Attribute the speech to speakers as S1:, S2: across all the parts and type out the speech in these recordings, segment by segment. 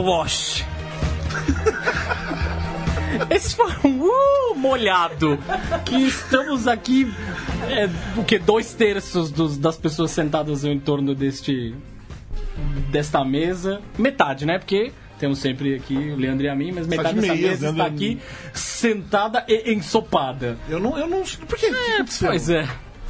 S1: wash. Esses foram uh, molhado. Que estamos aqui. É, o que? Dois terços dos- das pessoas sentadas em torno deste. desta mesa. Metade, né? Porque temos sempre aqui o Leandro e a mim, mas metade dessa
S2: meia,
S1: mesa
S2: Leandro
S1: está
S2: e-
S1: aqui sentada e ensopada.
S2: Eu não, eu não. Por que? que aconteceu?
S1: Pois é.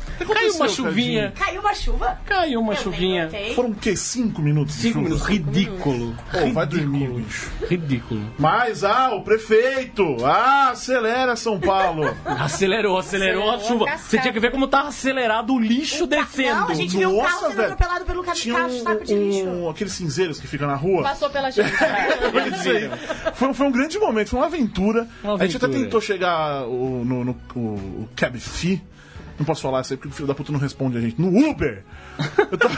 S2: O que
S1: Caiu
S2: aconteceu,
S1: uma chuvinha.
S3: Caiu uma chuva?
S1: Caiu uma
S3: Eu
S1: chuvinha.
S3: nem notei.
S2: Tadinho? Foram o quê? Cinco minutos? de
S1: Cinco
S2: chuva?
S1: minutos. Ridículo.
S2: Pô, vai dormir, bicho.
S1: Ridículo.
S2: Mas, ah, o prefeito! Ah, acelera São Paulo!
S1: Acelerou, acelerou, a
S4: Acelerou a
S1: chuva.
S4: cascata.
S1: Você tinha que ver como tá acelerado o lixo descendo.
S3: Não, a gente viu um
S2: Nossa,
S3: carro sendo
S2: velho.
S3: atropelado pelo ca-
S2: Tinha
S3: carro, saco de lixo.
S2: um, um, aqueles cinzeiros que fica na rua.
S4: Passou pela gente.
S2: Foi isso aí. Foi, foi um grande momento, foi uma aventura.
S1: Uma
S2: A gente até
S1: aventura.
S2: tentou chegar o- no, no, o, o Cabify. Não posso falar isso aí porque o filho da puta não responde a gente. No Uber! Eu tava-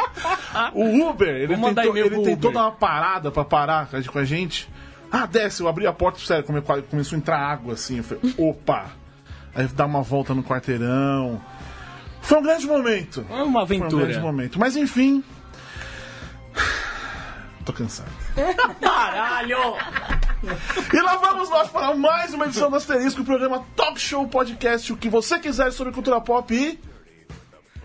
S2: o Uber, ele
S1: Vou mandar
S2: tentou,
S1: e-mail
S2: ele
S1: pro
S2: tentou
S1: Uber.
S2: dar uma parada pra parar com a gente. Ah, desce, eu abri a porta, sério, come- começou a entrar água assim. Eu falei, opa! Aí dá uma volta no quarteirão. Foi um grande momento.
S1: É uma
S2: Foi um grande
S1: aventura.
S2: momento. Mas enfim. Tô cansado.
S1: Caralho!
S2: E lá vamos nós para mais uma edição do Asterisco, o programa Talk Show Podcast, o que você quiser sobre cultura pop e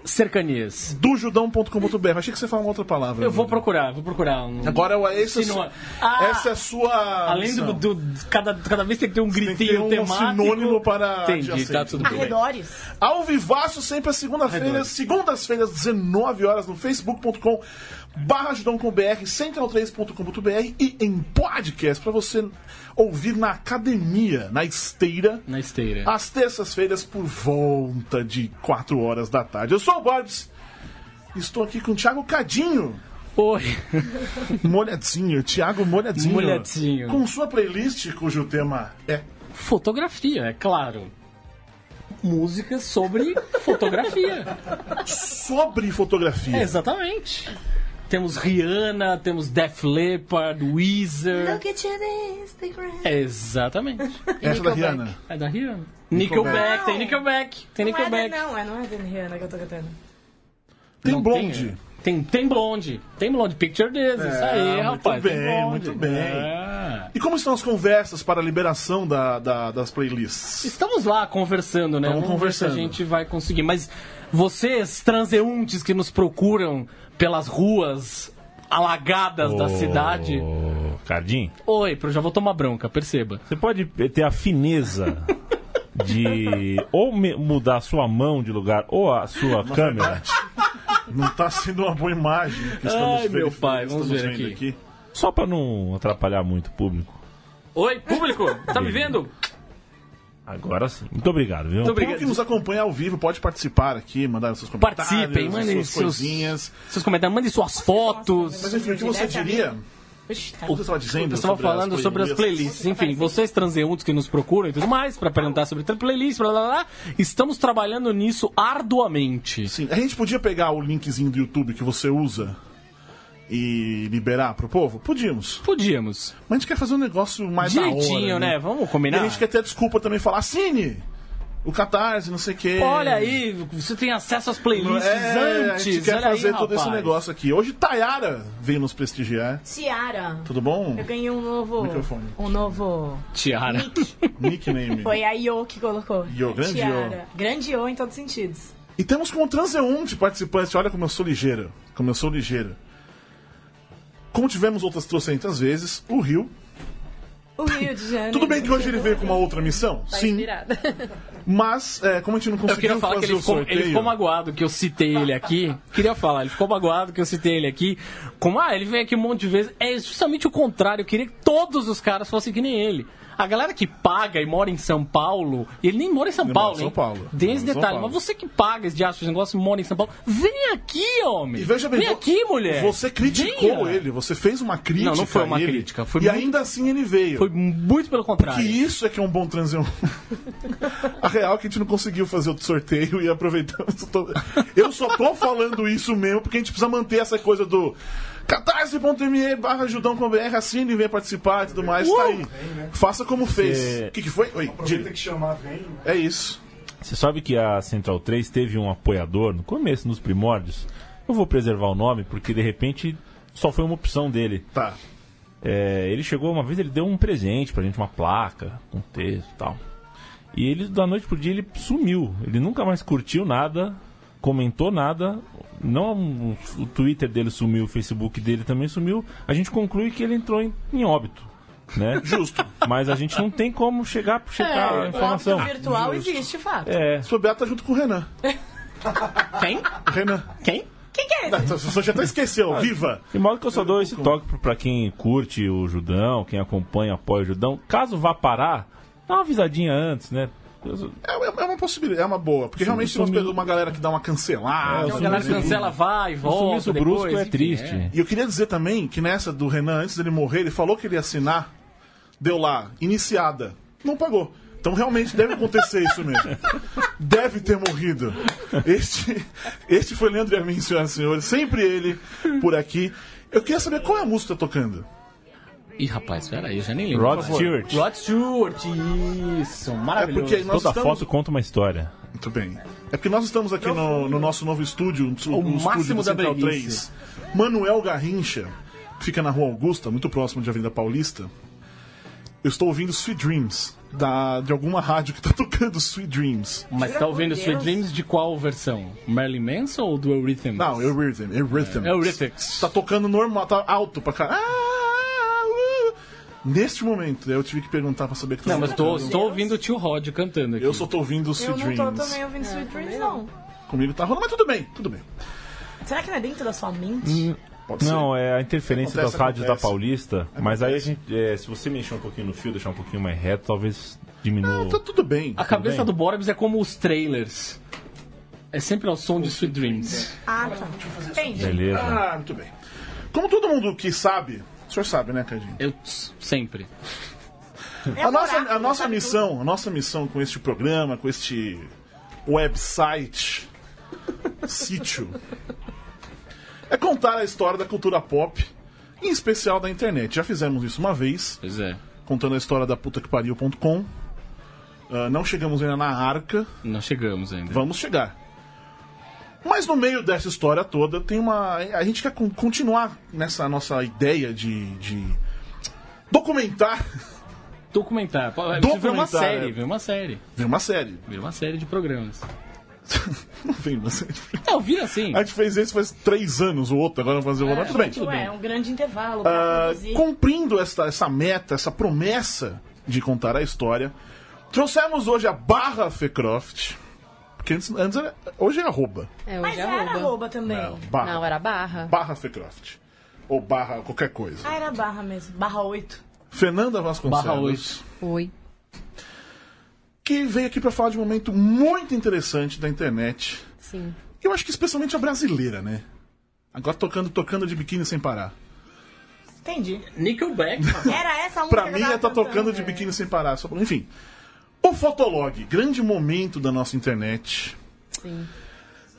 S1: Cercanias.
S2: dojudão.com.br. Achei que você falou uma outra palavra.
S1: Eu vou
S2: Amanda.
S1: procurar, vou procurar um.
S2: Agora é esse é
S1: Se
S2: su-
S1: não- Ah!
S2: essa é a sua.
S1: Além do,
S2: missão.
S1: do- do- cada, cada vez tem que ter um
S2: tem que ter
S1: gritinho
S2: um
S1: temático.
S2: sinônimo para
S1: Entendi,
S2: adjacente.
S1: tá tudo bem.
S3: Arredores.
S2: Ao vivaço, sempre às segunda-feira,
S1: Arredores.
S2: segundas-feiras, 19 horas, no facebook.com barra judão.com.br, central3.com.br e em podcast para você ouvir na academia, na esteira.
S1: Na esteira.
S2: às terças-feiras por volta de 4 horas da tarde. Eu sou o Borbs. Estou aqui com o Thiago Cadinho,
S1: Oi.
S2: molhadinho, Thiago molhadinho,
S1: Molhadinho.
S2: com sua playlist cujo tema é
S1: Fotografia, é claro. Música sobre fotografia.
S2: sobre fotografia.
S1: É, Exatamente. Temos Rihanna, temos Def Leppard, Weezer.
S3: Look at you on
S1: É,
S3: Instagram.
S1: Exatamente.
S2: Essa da
S4: Nickelback.
S2: Rihanna.
S1: É da Rihanna. Nickelback,
S2: Nickelback.
S1: tem Nickelback. Tem
S3: Não é, da-
S1: Nickelback.
S3: não, é, não é da Rihanna que eu tô cantando.
S2: Tem
S1: Não
S2: blonde. É,
S1: Tem, né? tem blonde. Tem blonde. Picture this. isso aí,
S2: muito
S1: rapaz.
S2: bem,
S1: tem blonde.
S2: muito bem.
S1: É.
S2: E como estão as conversas para a liberação da- da- das playlists?
S1: Estamos lá conversando, né?
S2: Estamos
S1: Vamos ver se a
S2: conversando.
S1: gente vai conseguir. Mas vocês, transeuntes que nos procuram pelas ruas alagadas
S2: Oh.
S1: da cidade...
S5: Ô, Cardim,
S1: Oi, eu já vou tomar bronca, perceba.
S5: você pode ter a fineza de ou me- mudar a sua mão de lugar ou a sua câmera.
S2: Não está sendo uma boa imagem que estamos
S1: Ai, meu
S2: ver-
S1: pai, vamos
S2: estamos
S1: ver
S2: vendo
S1: aqui.
S5: Só pra não atrapalhar muito o público.
S1: Oi, público, tá me vendo?
S5: Agora sim. Muito obrigado, viu?
S1: Muito
S2: O povo que
S1: obrigado.
S2: nos acompanha ao vivo pode participar aqui, mandar seus comentários,
S1: Participem, mandem
S2: suas
S1: seus,
S2: coisinhas.
S1: seus comentários, mandem suas
S3: né?
S1: fotos.
S2: Mas enfim, o que você diria?
S3: tá.
S2: O que você estava dizendo?
S1: Eu estava falando sobre as playlists. Enfim, vocês transeuntes que nos procuram e tudo mais, para perguntar sobre playlists, blá blá blá, estamos trabalhando nisso arduamente.
S2: Sim, a gente podia pegar o linkzinho do YouTube que você usa e liberar pro povo? Podíamos.
S1: Podíamos.
S2: Mas a gente quer fazer um negócio mais da
S1: Direitinho,
S2: hora,
S1: né? Vamos
S2: E
S1: combinar?
S2: a gente quer ter desculpa também falar, assine! O Catarse, não sei o quê.
S1: Olha aí, você tem acesso às playlists
S2: É,
S1: antes.
S2: a gente quer
S1: Olha aí,
S2: fazer todo esse
S1: rapaz.
S2: negócio aqui. Hoje Tayara veio nos prestigiar.
S3: Tiara.
S2: Tudo bom?
S3: Eu ganhei um novo.
S2: Microfone.
S3: Um novo.
S1: Tiara.
S2: Nickname.
S3: Foi a Io que colocou.
S2: Io, grande
S3: Tiara. Grande Io em todos os sentidos.
S2: E temos como transeunte participante. Olha como eu sou ligeiro. Como eu sou ligeiro. Como tivemos outras trocentas vezes, o Rio.
S3: O Rio de Janeiro. Tá
S2: Tudo bem que hoje ele veio com uma outra missão? Sim.
S4: Inspirada.
S2: Mas, é, como a gente não
S1: Eu
S2: conseguiu
S1: queria falar que
S2: fazer
S1: ele
S2: o
S1: ficou,
S2: sorteio...
S1: ele ficou magoado que eu citei ele aqui. Queria falar, ele ficou magoado que eu citei ele aqui. Como, ah, ele vem aqui um monte de vezes. É justamente o contrário. Eu queria que todos os caras fossem que nem ele. A galera que paga e mora em São Paulo, e ele nem mora em São
S2: Ele mora em
S1: Paulo,
S2: São
S1: hein?
S2: Paulo.
S1: Dê
S2: Mora em
S1: esse
S2: São
S1: detalhe.
S2: Paulo.
S1: Mas você que paga esse diacho de negócio e mora em São Paulo, vem aqui, homem.
S2: E veja bem,
S1: vem
S2: vo-
S1: aqui, mulher.
S2: Você criticou
S1: Venha.
S2: ele, você fez uma crítica.
S1: Não, não foi uma
S2: a ele,
S1: crítica, foi
S2: e
S1: muito-
S2: ainda assim ele veio.
S1: Foi muito pelo
S2: Que
S1: contrário.
S2: isso é que é um bom transeunte. a real é que a gente não conseguiu fazer outro sorteio e aproveitamos. to- Eu só tô falando isso mesmo porque a gente precisa manter essa coisa do catarse.me barra judão com BR, assine e venha participar e tudo mais.
S1: Uh!
S2: Tá aí. Faça como fez. O que, que foi? Oi,
S6: Aproveita
S2: diga.
S6: que chamar, vem. né?
S2: É isso.
S5: Você sabe que a Central 3 teve um apoiador no começo, nos primórdios. Eu vou preservar o nome porque de repente só foi uma opção dele.
S2: Tá.
S5: É, ele chegou uma vez, ele deu um presente pra gente, uma placa, um texto e tal. E ele, da noite pro dia, ele sumiu. Ele nunca mais curtiu nada, comentou nada. Não um, O Twitter dele sumiu, o Facebook dele também sumiu. A gente conclui que ele entrou em, em óbito. Né? Justo. Mas a gente não tem como chegar pra
S2: Ah,
S5: checar a
S3: É, o
S5: informação.
S3: hábito virtual existe, fato.
S5: É.
S2: Sua Beata junto com o Renan.
S1: Quem?
S2: O Renan.
S1: Quem?
S3: Quem que é esse?
S2: Essa pessoa já até esqueceu, viva!
S5: De modo que eu só dou esse toque pro- pra quem curte o Judão, quem acompanha, apoia o Judão. Caso vá parar, dá uma avisadinha antes, né? Eu-
S2: É, é uma possibilidade, é uma boa. Porque realmente tem umas
S5: sumiu.
S2: pessoas- uma galera que dá uma cancelada.
S5: É,
S1: A
S5: o
S1: galera
S5: sumiço-
S1: cancela, vai,
S5: O
S1: volta.
S5: sumiço
S1: depois,
S5: brusco é
S1: enfim, né?
S5: triste.
S2: E eu queria dizer também que nessa do Renan, antes dele morrer, ele falou que ele ia assinar, deu lá, iniciada. Não pagou. Então realmente deve acontecer isso mesmo. Deve ter morrido. Este, este foi Leandro Armin, senhoras e senhores. Sempre ele por aqui. Eu queria saber qual é a música que tá tocando.
S1: Ih, rapaz, peraí, eu já nem lembro.
S5: Rod
S1: por favor.
S5: Stewart.
S1: Rod Stewart, isso,
S2: É
S1: maravilhoso.
S2: porque nós
S5: Toda
S2: estamos...
S5: foto conta uma história.
S2: Muito bem. É porque nós estamos aqui no, no nosso novo estúdio, o, o estúdio
S1: máximo
S2: do
S1: da
S2: Central
S1: breguice.
S2: 3. Manuel Garrincha, que fica na Rua Augusta, muito próximo de Avenida Paulista. Eu estou ouvindo Sweet Dreams, da, de alguma rádio que está tocando Sweet Dreams.
S1: Mas tá
S3: Jura
S1: ouvindo
S3: por
S1: Sweet
S3: Deus.
S1: Dreams de qual versão? Marilyn Manson ou do Eurythmics?
S2: Não, é Rhythm, é Rhythm.
S1: É Eurythmics.
S2: Tá tocando normal, tá alto pra caralho. Neste momento, eu tive que perguntar pra saber que tá
S1: Não, mas tô,
S2: tocando.
S1: estou ouvindo o tio Rod cantando aqui.
S2: Eu só tô ouvindo
S3: Eu
S2: Sweet
S3: não tô
S2: Dreams.
S3: É, também ouvindo Sweet Dreams, não.
S2: Comigo tá rolando, mas tudo bem, tudo bem.
S3: Será que não é dentro da sua mente?
S2: Hum. Pode
S5: Não, é a interferência
S2: Acontece,
S5: das rádios
S2: acontece.
S5: da Paulista. Mas aí a gente. é, se você mexer um pouquinho no fio, deixar um pouquinho mais reto, talvez
S1: é
S5: diminua.
S2: ser. Tá tudo bem.
S1: A cabeça
S5: bem?
S1: do Borbs é como os trailers. É sempre ao som de Sweet Dreams.
S3: Ah, tá. Entendi.
S5: Beleza.
S2: Ah, muito bem. Como todo mundo que sabe, o senhor sabe, né, Cadinho?
S1: Eu s- sempre.
S3: É
S2: A nossa,
S3: buraco,
S2: a nossa
S3: sabe
S2: missão, a nossa missão com este programa, com este website, sítio, é contar a história da cultura pop, em especial da internet. Já fizemos isso uma vez,
S1: Pois é.
S2: contando a história da puta que pariu.com. Ah, não chegamos ainda na arca,
S1: Não chegamos ainda.
S2: Vamos chegar. Mas no meio dessa história toda tem uma. A gente quer con- continuar nessa nossa ideia de. de documentar.
S1: Documentário. Pô,
S2: Documentário.
S1: Virou uma série, virou uma série.
S2: Vem uma série.
S1: Virou uma série de programas.
S2: Não vem uma série.
S1: Não, vira assim.
S2: A gente fez esse faz três anos, o outro, agora vai fazer o outro. mas Tudo bem.
S3: tudo? Ué, é um grande intervalo
S2: Ah,
S3: pra produzir.
S2: cumprindo essa, essa meta, essa promessa de contar a história, trouxemos hoje a barra Fecroft. Porque antes, antes era, hoje é arroba.
S4: É,
S3: Mas
S4: hoje é
S3: era
S4: arroba.
S3: arroba também.
S2: Barra,
S4: Não, era barra.
S2: barra Fecroft. Ou barra qualquer coisa.
S3: Ah, era barra mesmo. Barra 8.
S2: Fernanda Vasconcelos.
S1: Barra oito.
S4: Oi.
S2: que veio aqui pra falar de um momento muito interessante da internet.
S4: Sim.
S2: Eu acho que especialmente a brasileira, né? Agora tocando, tocando de biquíni sem parar.
S3: Entendi.
S1: Nickelback.
S3: Era essa a música
S2: Pra
S3: que
S2: mim,
S3: eu
S2: é
S3: tava
S2: tá
S3: cantando.
S2: tocando de biquíni sem parar. Só pra- Enfim. O Fotolog, grande momento da nossa internet.
S4: Sim.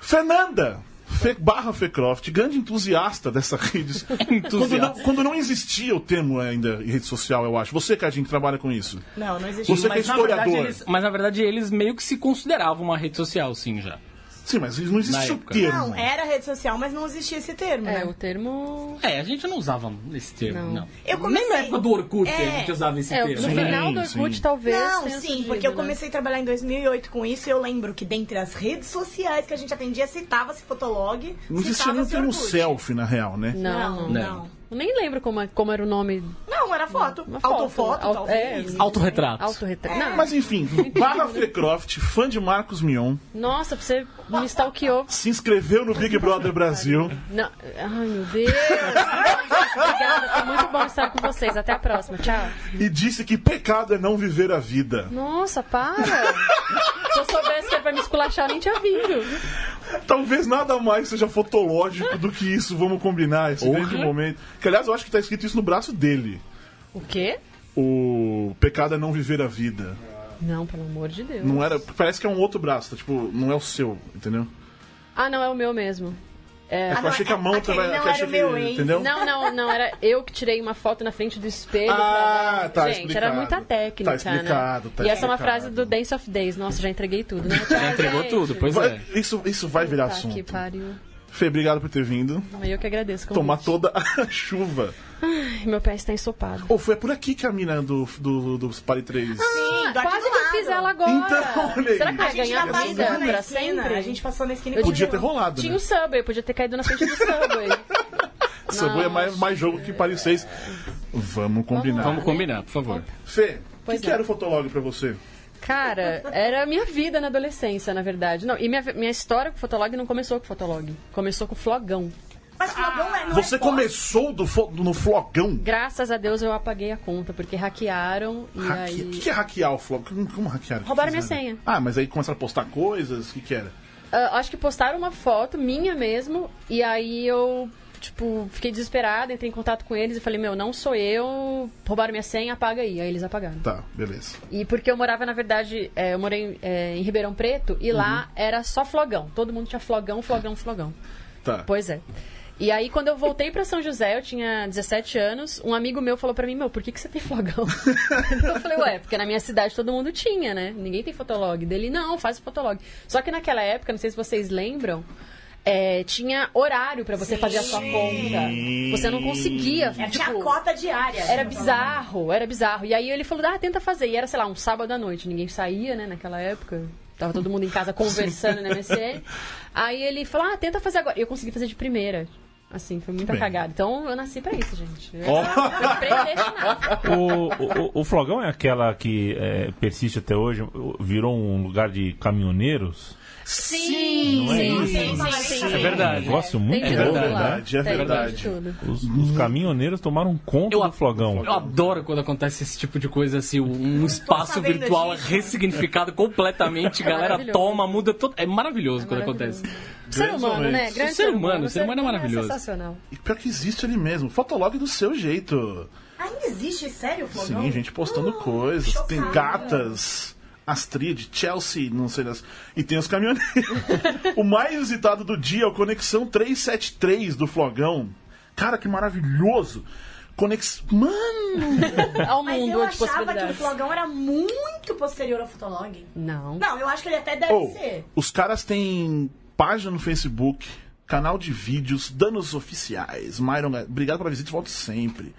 S2: Fernanda, Fe- barra Fecroft, grande entusiasta dessa rede. Quando não,
S1: Entusiasta.
S2: quando não existia o termo ainda em rede social, eu acho. Você, Cadinho, que trabalha com isso.
S3: Não, não existe.
S2: Você que é
S1: Mas na, verdade,
S2: historiador.
S1: eles, mas na verdade eles meio que se consideravam uma rede social, sim, já.
S2: Sim, mas não
S1: Na
S2: existia o
S1: época.
S2: termo.
S3: Não, é. era rede social, mas não existia esse termo,
S4: É,
S3: né?
S4: o termo.
S1: É, a gente não usava esse termo, não.
S4: Não.
S3: Eu comecei-
S1: Nem na época do Orkut
S3: É.
S1: a gente usava esse
S4: É, no
S1: termo.
S4: final do
S2: sim.
S4: Orkut, talvez.
S3: Não,
S4: tenha
S3: sim,
S4: surgido,
S3: porque eu
S4: né?
S3: comecei a trabalhar em 2008 com isso e eu lembro que dentre as redes sociais que a gente atendia, citava-se Fotolog,
S2: Não existia nem o
S3: citava-se
S2: termo
S3: Orkut.
S2: selfie, na real, né?
S4: Não,
S3: Não,
S4: não.
S3: não.
S1: Não.
S4: Eu nem lembro como, é- como era o nome.
S3: Não, era foto.
S4: Uma foto.
S3: Autofoto,
S4: Au-
S3: talvez.
S4: é.
S1: Autorretratos.
S4: Autorretrato. Não.
S2: Mas enfim, Barra Fecroft, fã de Marcos Mion,
S4: Nossa, você me stalkeou.
S2: se inscreveu no Big Brother Brasil.
S4: Não. Ai, meu Deus. Obrigada, foi muito bom estar com vocês. Até a próxima. Tchau.
S2: e disse que pecado é não viver a vida.
S4: Nossa, para. Se eu soubesse que era pra me esculachar, eu nem tinha vindo.
S2: Talvez nada mais seja fotológico do que isso, vamos combinar, esse grande momento. Que aliás, eu acho que tá escrito isso no braço dele.
S4: O quê?
S2: O pecado é não viver a vida.
S4: Não, pelo amor de Deus.
S2: Não era. Parece que é um outro braço, tá? tipo, não é o seu, entendeu?
S4: Ah, não, é o meu mesmo. É.
S2: eu achei que a mão
S3: aquele
S2: também.
S3: não
S2: que eu achei
S3: era o meu
S2: que-
S3: ex.
S2: entendeu?
S4: Não, não, não, era eu que tirei uma foto na frente do espelho.
S2: Ah,
S4: pra-
S2: tá
S4: Gente,
S2: explicado.
S4: era muita técnica,
S2: Tá explicado,
S4: né?
S2: tá
S4: e essa é uma
S2: explicado.
S4: frase do Dance of Days. Nossa, já entreguei tudo, né? Tchau,
S1: Já entregou
S4: gente.
S1: tudo, pois
S2: Vai-
S1: é.
S2: isso, isso vai virar
S4: Tá que
S2: assunto.
S4: pariu.
S2: Fê, obrigado por ter vindo.
S4: Eu que agradeço. o convite.
S2: Tomar toda a chuva.
S4: Ai, meu pé está ensopado.
S2: Ou foi por aqui que a mina do, do, do Party 3.
S3: Sim,
S2: Tá
S3: do
S4: Quase que eu fiz ela agora.
S2: Então, olha aí.
S4: Será que
S2: A
S4: vai
S2: gente
S4: ganhar
S2: tá
S4: a
S2: passando
S4: vida pra sempre?
S3: A gente passou na esquina
S4: Eu
S3: e
S2: Podia
S4: tive-
S2: ter rolado,
S4: Tinha
S2: né?
S4: o Subway, podia ter caído na frente do Subway.
S2: Subway é mais, mais jogo que Party 6. Vamos combinar.
S4: Vamos
S1: Vamos combinar, por favor.
S2: Fê, o que,
S4: Pois é.
S2: que
S4: não.
S2: era o Fotolog pra você?
S4: Cara, era a minha vida na adolescência, na verdade. Não, e minha, minha história com o Fotolog não começou com o Fotolog. Começou com o Flogão.
S3: Mas Flogão é, não
S2: Você
S3: é pós.
S2: começou do fo- no flogão.
S4: Graças a Deus eu apaguei a conta, porque hackearam e
S2: Hacke... O
S4: aí.
S2: que, que é hackear o flogão? Como, como hackearam?
S4: Roubaram minha
S2: Fizeram?
S4: senha.
S2: Ah, mas aí começaram a postar coisas? O que, que era?
S4: Ah, acho que postaram uma foto minha mesmo, e aí eu, tipo, fiquei desesperada, entrei em contato com eles e falei, meu, não sou eu, roubaram minha senha, apaga aí. Aí eles apagaram.
S2: Tá, beleza.
S4: E porque eu morava, na verdade, é, eu morei é, em Ribeirão Preto e
S2: Uhum.
S4: lá era só flogão. Todo mundo tinha flogão, flogão, flogão.
S2: Tá.
S4: Pois é. E aí, quando eu voltei pra São José, eu tinha 17 anos, um amigo meu falou pra mim, meu, por que, que você tem flogão? eu falei, ué, porque na minha cidade todo mundo tinha, né? Ninguém tem fotolog. Dele, não, faz o fotolog. Só que naquela época, não sei se vocês lembram, é, tinha horário pra você fazer a sua conta. Você não conseguia.
S3: É, tinha
S4: tipo,
S3: a cota diária.
S4: era
S3: Fotolog.
S4: bizarro, era bizarro. E aí ele falou, ah, tenta fazer. E era, sei lá, um sábado à noite, ninguém saía, né, naquela época. Tava todo mundo em casa conversando na MSN. Aí ele falou, ah, tenta fazer agora. E eu consegui fazer de primeira. Assim, foi muita
S2: Bem.
S4: cagada. Então eu nasci pra isso, gente. Eu,
S2: Ó.
S4: eu predestinada.
S5: O, o, o Flogão é aquela que é, persiste até hoje, virou um lugar de caminhoneiros.
S4: Sim,
S5: Não é
S4: sim,
S5: isso?
S4: sim, sim, sim.
S1: É
S5: Um
S1: verdade.
S5: negócio muito
S4: Tem de
S1: É
S5: louco.
S4: tudo lá.
S2: verdade, é
S4: Tem de
S2: verdade.
S4: tudo.
S5: Os, os caminhoneiros tomaram conta
S1: Eu
S5: do
S1: a-
S5: Flogão.
S1: Eu adoro quando acontece esse tipo de coisa, assim, um espaço
S3: sabendo
S1: virtual
S3: disso.
S1: ressignificado completamente, galera
S4: Maravilhoso.
S1: toma, muda todo. É maravilhoso quando
S4: maravilhoso.
S1: acontece.
S4: Ser humano, né?
S2: Grandes
S4: Grande
S1: Ser humano, ser humano é maravilhoso.
S4: sensacional.
S2: E pior que existe ele mesmo. Fotolog do seu jeito.
S3: Ainda existe, sério, Flogão?
S2: Sim, gente postando coisas.
S3: Ah, chocada.
S2: Tem gatas, Astrid, Chelsea, não sei das. E tem os caminhoneiros. o mais visitado do dia é o Conexão 373 do Flogão. Cara, que maravilhoso! Conex... Mano!
S4: Ao
S3: Mas
S4: mundo
S3: eu
S4: de
S3: achava que o
S4: possibilidades.
S3: Flogão era muito posterior ao Fotolog.
S4: Não.
S3: Não, eu acho que ele até deve
S2: Ou,
S3: ser.
S2: os caras têm página no Facebook, canal de vídeos, danos oficiais. Myron, obrigado pela visita e volto sempre.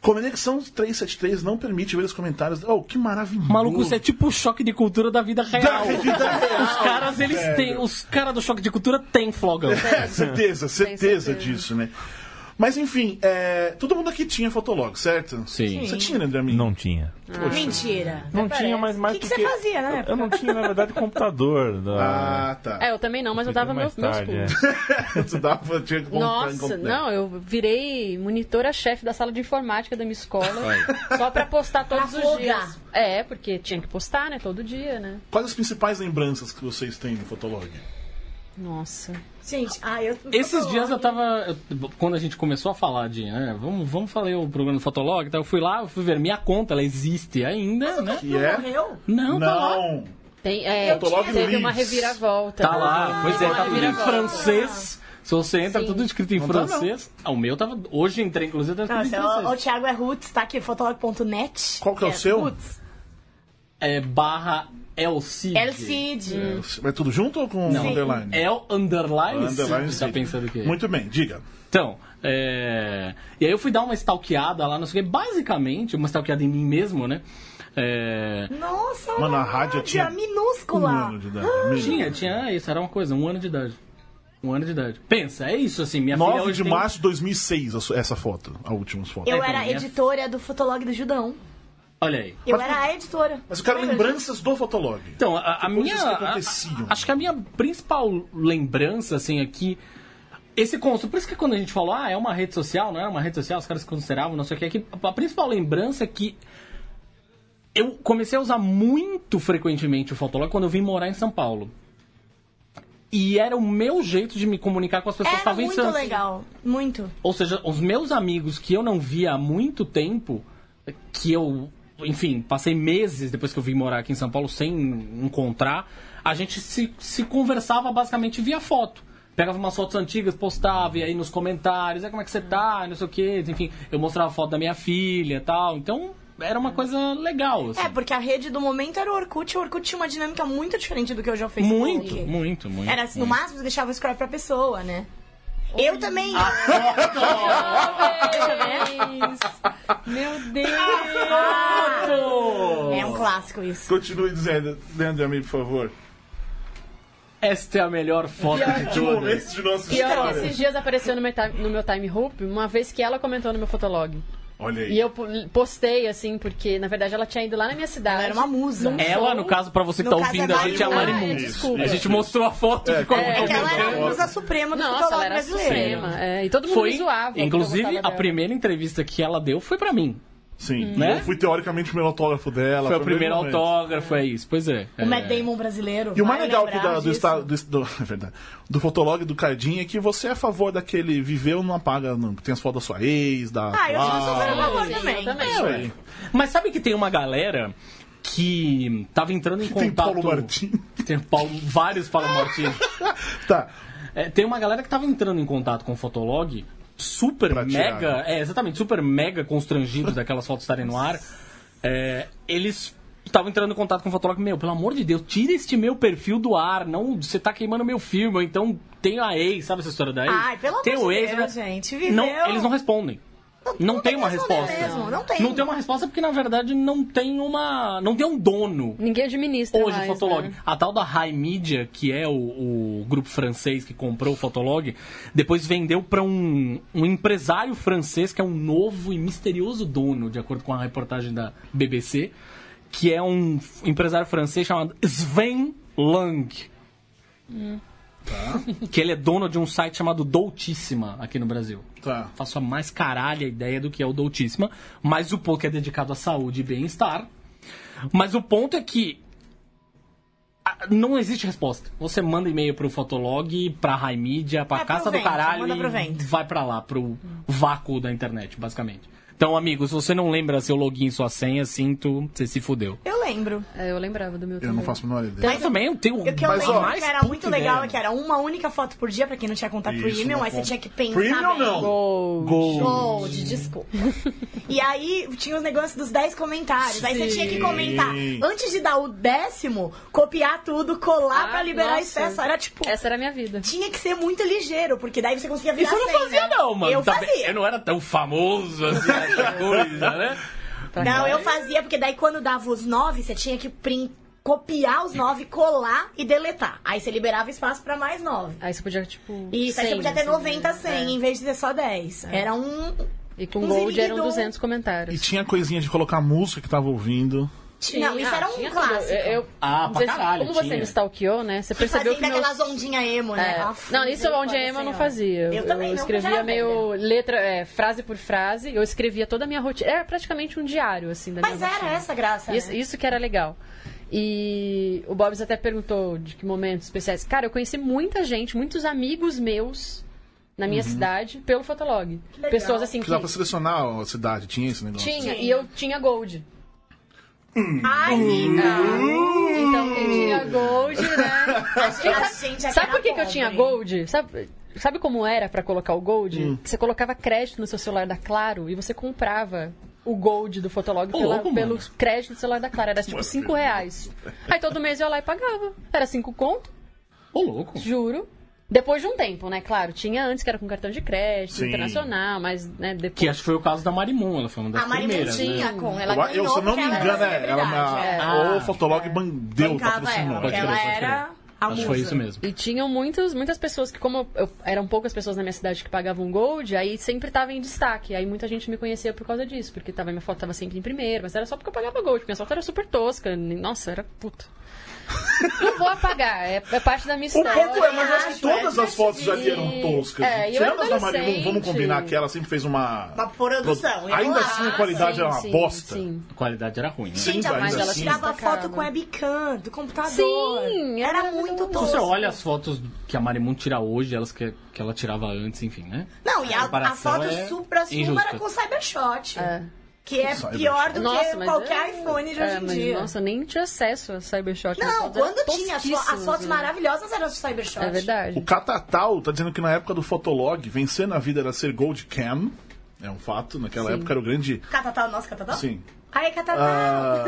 S2: Conexão 373 não permite ver os comentários. Oh, que maravilhoso!
S1: Maluco, isso é tipo o choque de cultura da vida
S2: Da
S1: real.
S2: vida real.
S1: Os caras, eles têm. Os caras do choque de cultura têm flogão.
S2: É, certeza, certeza
S4: certeza.
S2: disso, né? Mas enfim, é, todo mundo aqui tinha Fotolog, certo?
S1: Sim.
S2: Você tinha, né, Dramin?
S5: Não tinha.
S4: Ah,
S3: Mentira.
S5: Não tinha, mas mais
S3: O que que
S5: porque...
S3: você fazia na
S4: né?
S5: eu-
S3: época?
S5: Eu não tinha, na verdade, computador. da-
S2: Ah, tá.
S4: É, eu também não, mas eu
S5: Foi
S4: dava
S5: mais
S4: meus, meus
S5: tarde,
S4: pulos.
S5: é.
S2: tu dava, tinha que contar,
S4: Nossa,
S2: contar.
S4: não, eu virei monitora-chefe da sala de informática da minha escola. Só pra postar todos
S3: Pra
S4: os
S3: folgar.
S4: dias. É, porque tinha que postar, né? Todo dia, né?
S2: Quais as principais lembranças que vocês têm do Fotolog?
S4: Nossa.
S3: Gente, ah, eu.
S1: Esses
S3: Fotolog.
S1: dias eu tava. eu- quando a gente começou a falar de. né, vamos, vamos fazer o programa do Fotolog, tá? eu fui lá, eu fui ver. Minha conta, ela existe ainda, né?
S2: Que
S3: Não
S2: é?
S3: morreu?
S1: Não, tá lá.
S2: não.
S4: Tem, é,
S2: Fotolog
S4: teve
S2: Leaves.
S4: uma reviravolta.
S1: Tá lá, pois é,
S4: uma
S1: tá tudo em
S4: reviravolta.
S1: francês. Se você entra,
S4: Sim.
S1: tudo escrito em
S2: tá, não.
S1: francês. Ah, o meu tava. Hoje entrei, inclusive, tava
S3: Nossa,
S1: escrito em
S3: o, o
S1: francês.
S3: Thiago é Roots, tá aqui, fotolog.net.
S2: Qual que é o seu?
S3: Roots.
S1: É barra El Cid.
S3: El Cid.
S2: É, Mas tudo junto ou com
S1: Não.
S2: underline? Ah,
S1: El underline,
S2: Underline
S1: Cid. Tá
S2: sim.
S1: pensando o quê?
S2: Muito bem, diga.
S1: Então, é... E aí eu fui dar uma stalkeada lá, não sei o quê. Basicamente, uma stalkeada em mim mesmo, né? É...
S3: Nossa, olha
S2: Mano, a
S3: lá,
S2: rádio tinha Um
S3: minúscula.
S2: ano de idade. menino.
S1: Ah, Tinha, tinha isso, era uma coisa, um ano de idade. Um ano de idade. Pensa, é isso assim, minha filha
S2: 9
S1: hoje
S2: de
S1: tem-
S2: março de 2006, a su- essa foto, a última foto.
S3: Eu
S1: É,
S3: era
S1: bem, é.
S3: editora do Fotolog do Judão.
S1: Olha aí.
S3: Eu era a editora.
S2: Mas eu quero lembranças do Fotolog.
S1: Então, a, a minha.
S2: coisas que
S1: a- a-
S2: aconteciam.
S1: acho que a minha principal lembrança, assim, é que. Esse conceito, por isso que quando a gente falou, ah, é uma rede social, não era uma rede social, os caras consideravam, não sei o que, é que a principal lembrança é que eu comecei a usar muito frequentemente o Fotolog quando eu vim morar em São Paulo. E era o meu jeito de me comunicar com as pessoas que
S3: Era
S1: estavam em
S3: muito
S1: Santos.
S3: legal. Muito.
S1: Ou seja, os meus amigos que eu não via há muito tempo, que eu, enfim, passei meses depois que eu vim morar aqui em São Paulo sem encontrar, a gente se, se conversava basicamente via foto. Pegava umas fotos antigas, postava, e aí
S3: Uhum.
S1: nos comentários, é como é que você tá, não sei o quê, enfim, eu mostrava foto da minha filha e tal. Então, era uma coisa legal. assim.
S3: É, porque a rede do momento era o Orkut. e O Orkut tinha uma dinâmica muito diferente do que hoje é o Facebook.
S1: muito, muito, muito.
S3: Era assim, no
S1: muito.
S3: máximo, você deixava o scroll pra pessoa, né? Eu também.
S4: Jovens! Meu Deus!
S3: É um clássico isso.
S2: Continue dizendo, Leandro Amir, por favor.
S1: Esta é a melhor foto de
S2: Que
S1: todas.
S2: momentos de nossa
S4: Pior que
S2: história.
S4: esses dias apareceu no meu, time, no meu time hoop uma vez que ela comentou no meu fotolog.
S2: Olha aí.
S4: E eu po- postei, assim, porque na verdade ela tinha ido lá na minha cidade.
S3: Ela era uma musa.
S1: Ela, no caso, pra você que
S3: No
S1: tá
S3: caso,
S1: ouvindo
S3: é
S1: a gente, é a
S4: Marimun.
S1: Marimun.
S4: Ah, é, desculpa.
S1: A gente mostrou a foto e ficou
S4: é
S1: muito
S3: Porque ela era a
S2: Meu Deus.
S3: musa suprema do
S4: Nossa, ela
S3: futebol
S4: era
S3: brasileiro.
S4: suprema. é, e todo mundo me
S1: Foi,
S4: zoava. porque eu
S1: inclusive,
S4: gostava
S1: a
S4: dela.
S1: primeira entrevista que ela deu foi pra mim.
S2: Sim.
S1: Né?
S2: Eu fui teoricamente o primeiro autógrafo dela.
S1: Foi o primeiro
S2: momento.
S1: autógrafo, é isso. Pois é.
S3: O Matt
S1: É.
S3: Damon brasileiro.
S2: E o mais
S3: vai
S2: legal
S3: lembrar
S2: aqui da- do,
S3: disso.
S2: esta- do, do, é verdade, do fotolog do Cardinho é que você é a favor daquele viveu não apaga, não. Tem as fotos da sua ex, da.
S3: Ah, eu sou
S2: atual.
S3: super a favor
S4: Sim, eu
S3: também.
S4: também.
S2: Isso aí.
S1: Mas sabe que tem uma galera que tava entrando em
S2: Tem
S1: contato.
S2: Paulo Martins.
S1: Tem Paulo- vários Paulo Martins.
S2: Tá.
S1: É, tem uma galera que tava entrando em contato com o Fotolog, super
S2: Pra tirar, né?
S1: mega, é, exatamente, super mega constrangido daquelas fotos estarem no ar. É, eles estavam entrando em contato com o Fotolog, meu, pelo amor de Deus, tira este meu perfil do ar, não, você tá queimando meu filme, ou então tem a ex, sabe essa história da ex?
S3: Ai, pelo amor
S1: É tem o
S3: de
S1: ex, né?
S3: Deus, gente, viveu.
S1: Não, eles não respondem. Não,
S3: não
S1: tem
S3: tem
S1: uma
S3: que responder
S1: resposta.
S3: mesmo, não tem.
S1: uma resposta porque, na verdade, não tem uma. Não tem um dono.
S4: Ninguém administra.
S1: Hoje,
S4: mais,
S1: o Fotolog.
S4: né?
S1: A tal da High Media, que é o, o grupo francês que comprou o Fotolog, depois vendeu para um, um empresário francês que é um novo e misterioso dono, de acordo com a reportagem da BBC, que é um f- empresário francês chamado Sven Lang.
S4: Hum.
S1: Que ele é dono de um site chamado Doutíssima aqui no Brasil.
S2: Tá.
S1: Faço a mais caralha ideia do que é o Doutíssima, mas o pouco é dedicado à saúde e bem-estar. Mas o ponto é que ah, não existe resposta. Você manda e-mail pro Fotolog, pra High Media, pra
S3: É pro
S1: Caça do
S3: vento,
S1: Caralho
S3: manda pro
S1: e
S3: vento.
S1: vai pra lá, pro vácuo da internet, basicamente. Então, amigo, se você não lembra seu login e sua senha, sinto, você se fudeu.
S3: Eu lembro.
S4: É, eu lembrava do meu
S2: Eu
S4: também.
S2: não faço a menor ideia.
S1: Então tá Mas também eu tenho
S3: E O que eu
S2: Mas,
S3: lembro
S2: ó,
S3: que era
S1: mais
S3: muito
S1: puta
S3: legal
S1: ideia.
S3: é que era uma única foto por dia pra quem não tinha contato por
S2: Isso,
S3: e-mail,
S2: não
S3: aí você
S2: conta.
S3: tinha que pensar.
S2: Premium
S3: bem.
S2: não.
S4: Gold.
S1: Gold.
S4: Gold, desculpa.
S3: E aí tinha os negócios dos 10 comentários. Aí você
S4: Sim.
S3: tinha que comentar. Antes de dar o décimo, copiar tudo, colar
S4: Ah,
S3: pra liberar
S4: nossa.
S3: excesso. Era tipo.
S4: Essa era a minha vida.
S3: Tinha que ser muito ligeiro, porque daí você conseguia virar
S1: Isso eu não
S3: cem,
S1: fazia,
S3: né?
S1: não, mano.
S3: Eu
S1: Tá bem-
S3: fazia.
S1: Eu não era tão famoso assim, essa coisa, né?
S4: Pra
S3: Não,
S4: cá.
S3: eu fazia, porque daí quando dava os nove, você tinha que prin- copiar os nove, colar e deletar. Aí você liberava espaço pra mais nove.
S4: Aí você podia, tipo.
S3: Isso, aí você
S4: 100,
S3: podia ter
S4: assim,
S3: 90,
S4: né?
S3: 100, em vez de ter só 10.
S4: É.
S3: Era um...
S4: E com
S3: Um
S4: Gold eram
S3: ziriguidum.
S4: 200
S2: E
S4: comentários.
S2: tinha a coisinha de colocar a música que tava ouvindo.
S3: não, isso
S4: Ah,
S3: era um
S4: tinha
S3: clássico.
S4: tudo. Eu- eu-
S1: Ah, pra
S4: não sei se-
S1: caralho,
S4: Como você
S1: tinha.
S4: me stalkeou, né? Você
S3: Fazia
S4: percebeu que. meus-
S3: daquelas ondinhas emo, né?
S4: É.
S3: Aff,
S4: não, isso
S3: meu
S4: onde
S3: pai
S4: é
S3: do
S4: emo eu não
S3: Senhor.
S4: fazia.
S3: assim, Eu também não, porque eu já
S4: escrevia
S3: era
S4: meio
S3: velha.
S4: letra, é, frase por frase. Eu escrevia toda a minha rotina. Era praticamente um diário, assim, da
S3: Mas
S4: minha
S3: era
S4: rotina.
S3: essa a graça,
S4: Isso,
S3: né?
S4: isso que era legal. E o Bobs até perguntou de que momentos especiais. Cara, eu conheci muita gente, muitos amigos meus na minha cidade pelo Fotolog.
S3: legal.
S4: Pessoas assim
S2: Uhum. Que
S4: que.
S2: dava pra selecionar a cidade, tinha esse negócio.
S4: Tinha, e eu tinha Gold.
S3: Ai,
S2: Uhum.
S3: amiga.
S1: Hum.
S4: Então quem tinha Gold, né?
S3: A gente aqui
S4: Sabe
S3: era
S4: por que, que eu tinha
S3: pobre.
S4: Gold? Sabe, sabe como era pra colocar o Gold?
S1: Hum.
S4: Que Você colocava crédito no seu celular da Claro e você comprava o Gold do Fotolog
S1: Ô,
S4: pela-
S1: louco,
S4: pelo
S1: mano. assim?
S4: crédito do celular da Claro. Era tipo 5 reais. Aí todo mês eu ia lá e pagava. Era 5 conto,
S1: Ô, louco.
S4: juro. Depois de um tempo, né? Claro, tinha antes que era com cartão de crédito,
S2: Sim.
S4: internacional, mas né, depois.
S1: Que acho que foi o caso da Marimon, ela foi uma das
S3: A Mari
S1: primeiras. né?
S3: tinha com... Ela
S2: Eu, eu,
S3: ganhou
S2: se eu não
S3: porque
S2: me
S3: ela era
S2: engano, é, ela,
S3: celebridade,
S2: a-
S3: é.
S2: o Fotolog bandeu,
S3: Bancava ela,
S2: patrocinou.
S3: porque
S1: Pode
S3: ela
S1: crer, pode
S3: era a
S1: Acho
S3: musa.
S1: que foi isso mesmo.
S4: E tinham muitos, muitas pessoas que, como eu- eu- eram poucas pessoas na minha cidade que pagavam um gold, aí sempre tava em destaque. Aí muita gente me conhecia por causa disso, porque tava, minha foto tava sempre em primeiro, mas era só porque eu pagava gold, porque minha foto era super tosca. n- Nossa, era puta. Não vou apagar, é, é parte da minha
S2: Um
S4: história.
S2: pouco é, mas eu acho que
S3: acho,
S2: todas
S3: é
S2: as fotos já
S4: divertido.
S2: vieram toscas.
S4: É, e eu
S2: Tirando as da
S4: adolescente.
S2: Marilu, vamos combinar que ela sempre fez uma.
S3: Uma produção,
S2: Pro-
S3: ia
S2: Ainda
S3: lá.
S2: assim a qualidade
S4: Sim,
S2: era uma
S4: Ah, sim,
S2: bosta.
S4: Sim.
S1: A qualidade era ruim. Né?
S2: Sim.
S3: Gente,
S2: ainda assim.
S3: a
S4: mas
S3: gente
S4: ela se
S3: tirava
S4: destacava.
S3: foto com webcam do computador.
S4: né? Sim, era
S3: era muito
S1: Se
S2: é
S1: você
S3: tosco.
S1: olha as fotos que a Marimon tira hoje, elas que, que ela tirava antes, enfim, né?
S3: Não, e a, a,
S1: comparação
S3: foto
S1: é
S3: supra suma
S1: injusta.
S3: era com Cybershot.
S4: É.
S3: Que é
S2: Cybershot.
S3: pior do
S4: Nossa,
S3: que
S4: mas
S3: qualquer
S4: eu-
S3: iPhone de
S4: é,
S3: hoje em
S4: mas,
S3: dia.
S4: Nossa, eu nem tinha acesso a Cybershot. minhas
S3: não,
S4: fotos eram
S3: quando tinha as, fo- as
S4: tosquíssimas,
S3: fotos
S4: né?
S3: maravilhosas eram do Cybershot.
S4: É verdade.
S2: O Catatal tá dizendo que na época do Fotolog, vencer na vida era ser Gold Cam. É um fato, naquela
S4: Sim.
S2: época era o grande.
S3: Catatal, nossa, catatal?
S2: Sim.
S3: Ai, é catatal!
S2: Ah,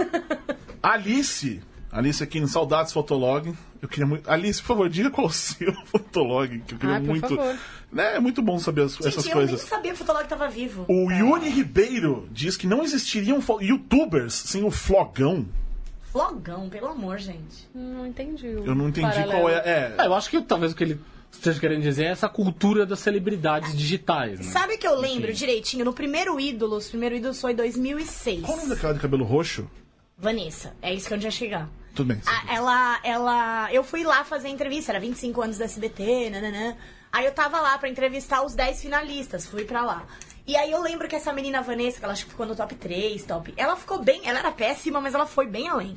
S2: Alice. Alice aqui em Saudades Fotolog. Eu queria muito. Alice, por favor, diga qual o seu Fotolog, que eu queria
S4: Ah, por
S2: muito.
S4: favor.
S2: Né, é muito bom saber as- essas
S3: Gente, eu
S2: coisas.
S3: nem sabia que o Fotolog tava vivo.
S2: O Yuri Ribeiro diz que não existiriam fo- youtubers sem o flogão.
S3: Flogão, pelo amor, gente.
S4: Não entendi.
S2: Eu não entendi qual é. é.
S1: É, eu acho que talvez o que ele esteja querendo dizer é essa cultura das celebridades digitais, né?
S3: Sabe que eu lembro direitinho? No primeiro Ídolos, o primeiro Ídolos foi 2006.
S2: Qual o nome daquela de cabelo roxo?
S3: Vanessa, é isso que eu onde ia chegar.
S2: Tudo bem.
S3: Ah, ela, ela. Eu fui lá fazer a entrevista, era 25 anos da SBT, nananã. Aí eu tava lá pra entrevistar os 10 finalistas, fui pra lá. E aí eu lembro que essa menina Vanessa, que ela acho que ficou no top 3, top. Ela ficou bem, ela era péssima, mas ela foi bem além.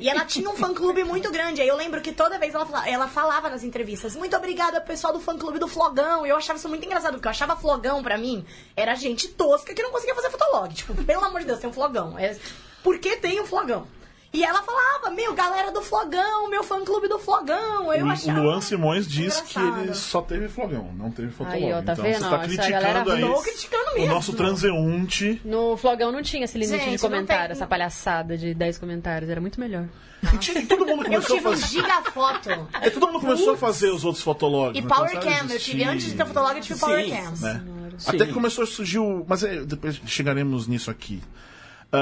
S3: e ela tinha um fã clube muito grande. Aí eu lembro que toda vez ela falava, ela falava nas entrevistas, muito obrigada ao pessoal do fã clube do Flogão. E eu achava isso muito engraçado, porque eu achava Flogão pra mim, era gente tosca que não conseguia fazer fotolog. Tipo, pelo amor de Deus, tem um Flogão. É... Por que tem um Flogão? E ela falava, meu, galera do Flogão, meu fã clube do Flogão. Eu
S2: O-
S3: achava.
S2: O Luan Simões diz
S3: engraçado.
S2: que ele só teve flogão, não teve fotolog.
S4: Aí, ó, tá
S2: então
S4: vendo?
S2: você
S4: Ó,
S2: tá
S4: essa
S2: criticando
S4: galera
S2: aí
S3: Tô criticando
S2: o
S3: mesmo.
S2: nosso transeunte.
S4: No Flogão não um- tinha esse limite
S3: Gente,
S4: de
S3: não
S4: comentário,
S3: tem.
S4: essa palhaçada de 10 comentários. Era muito melhor.
S2: E tinha- todo mundo
S3: Eu
S2: começou a
S3: tive um
S2: fazer.
S3: gigafoto.
S2: É, todo mundo começou a fazer os outros fotologs.
S3: E
S2: né?
S3: Power
S2: Começaram a
S3: Cam, eu tive
S2: existir,
S3: antes de ter fotolog, eu tive Power Cam.
S2: né?
S1: Sim.
S2: Até que começou a surgir o. Mas é, depois chegaremos nisso aqui.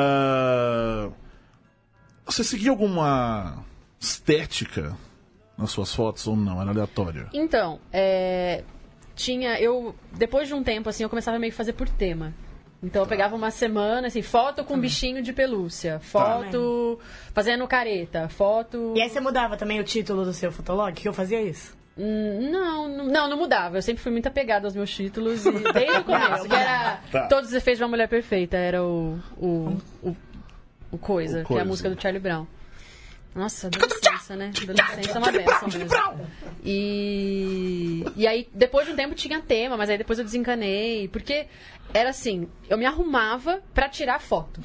S2: Ah, Você seguia alguma estética nas suas fotos ou não? Era aleatória?
S4: Então, é, tinha. Eu. Depois de um tempo, assim, eu começava meio que fazer por tema. Então eu
S2: Tá.
S4: pegava uma semana, assim, foto com bichinho de pelúcia, foto fazendo careta, foto.
S3: E aí você mudava também o título do seu fotolog? Que eu fazia isso?
S4: Hum, Não, não- não, não mudava. Eu sempre fui muito apegada aos meus títulos e desde o começo. que era
S2: Tá.
S4: Todos os efeitos de uma mulher perfeita. Era o. o, o, o coisa,
S2: O
S4: que é
S2: Coisa.
S4: a música do Charlie Brown. Nossa, adolescência, né? Adolescência é uma
S2: Charlie
S4: benção
S2: Brown, Charlie
S4: mesmo. E, e aí, depois de um tempo tinha tema, mas aí depois eu desencanei. Porque era assim, eu me arrumava pra tirar foto.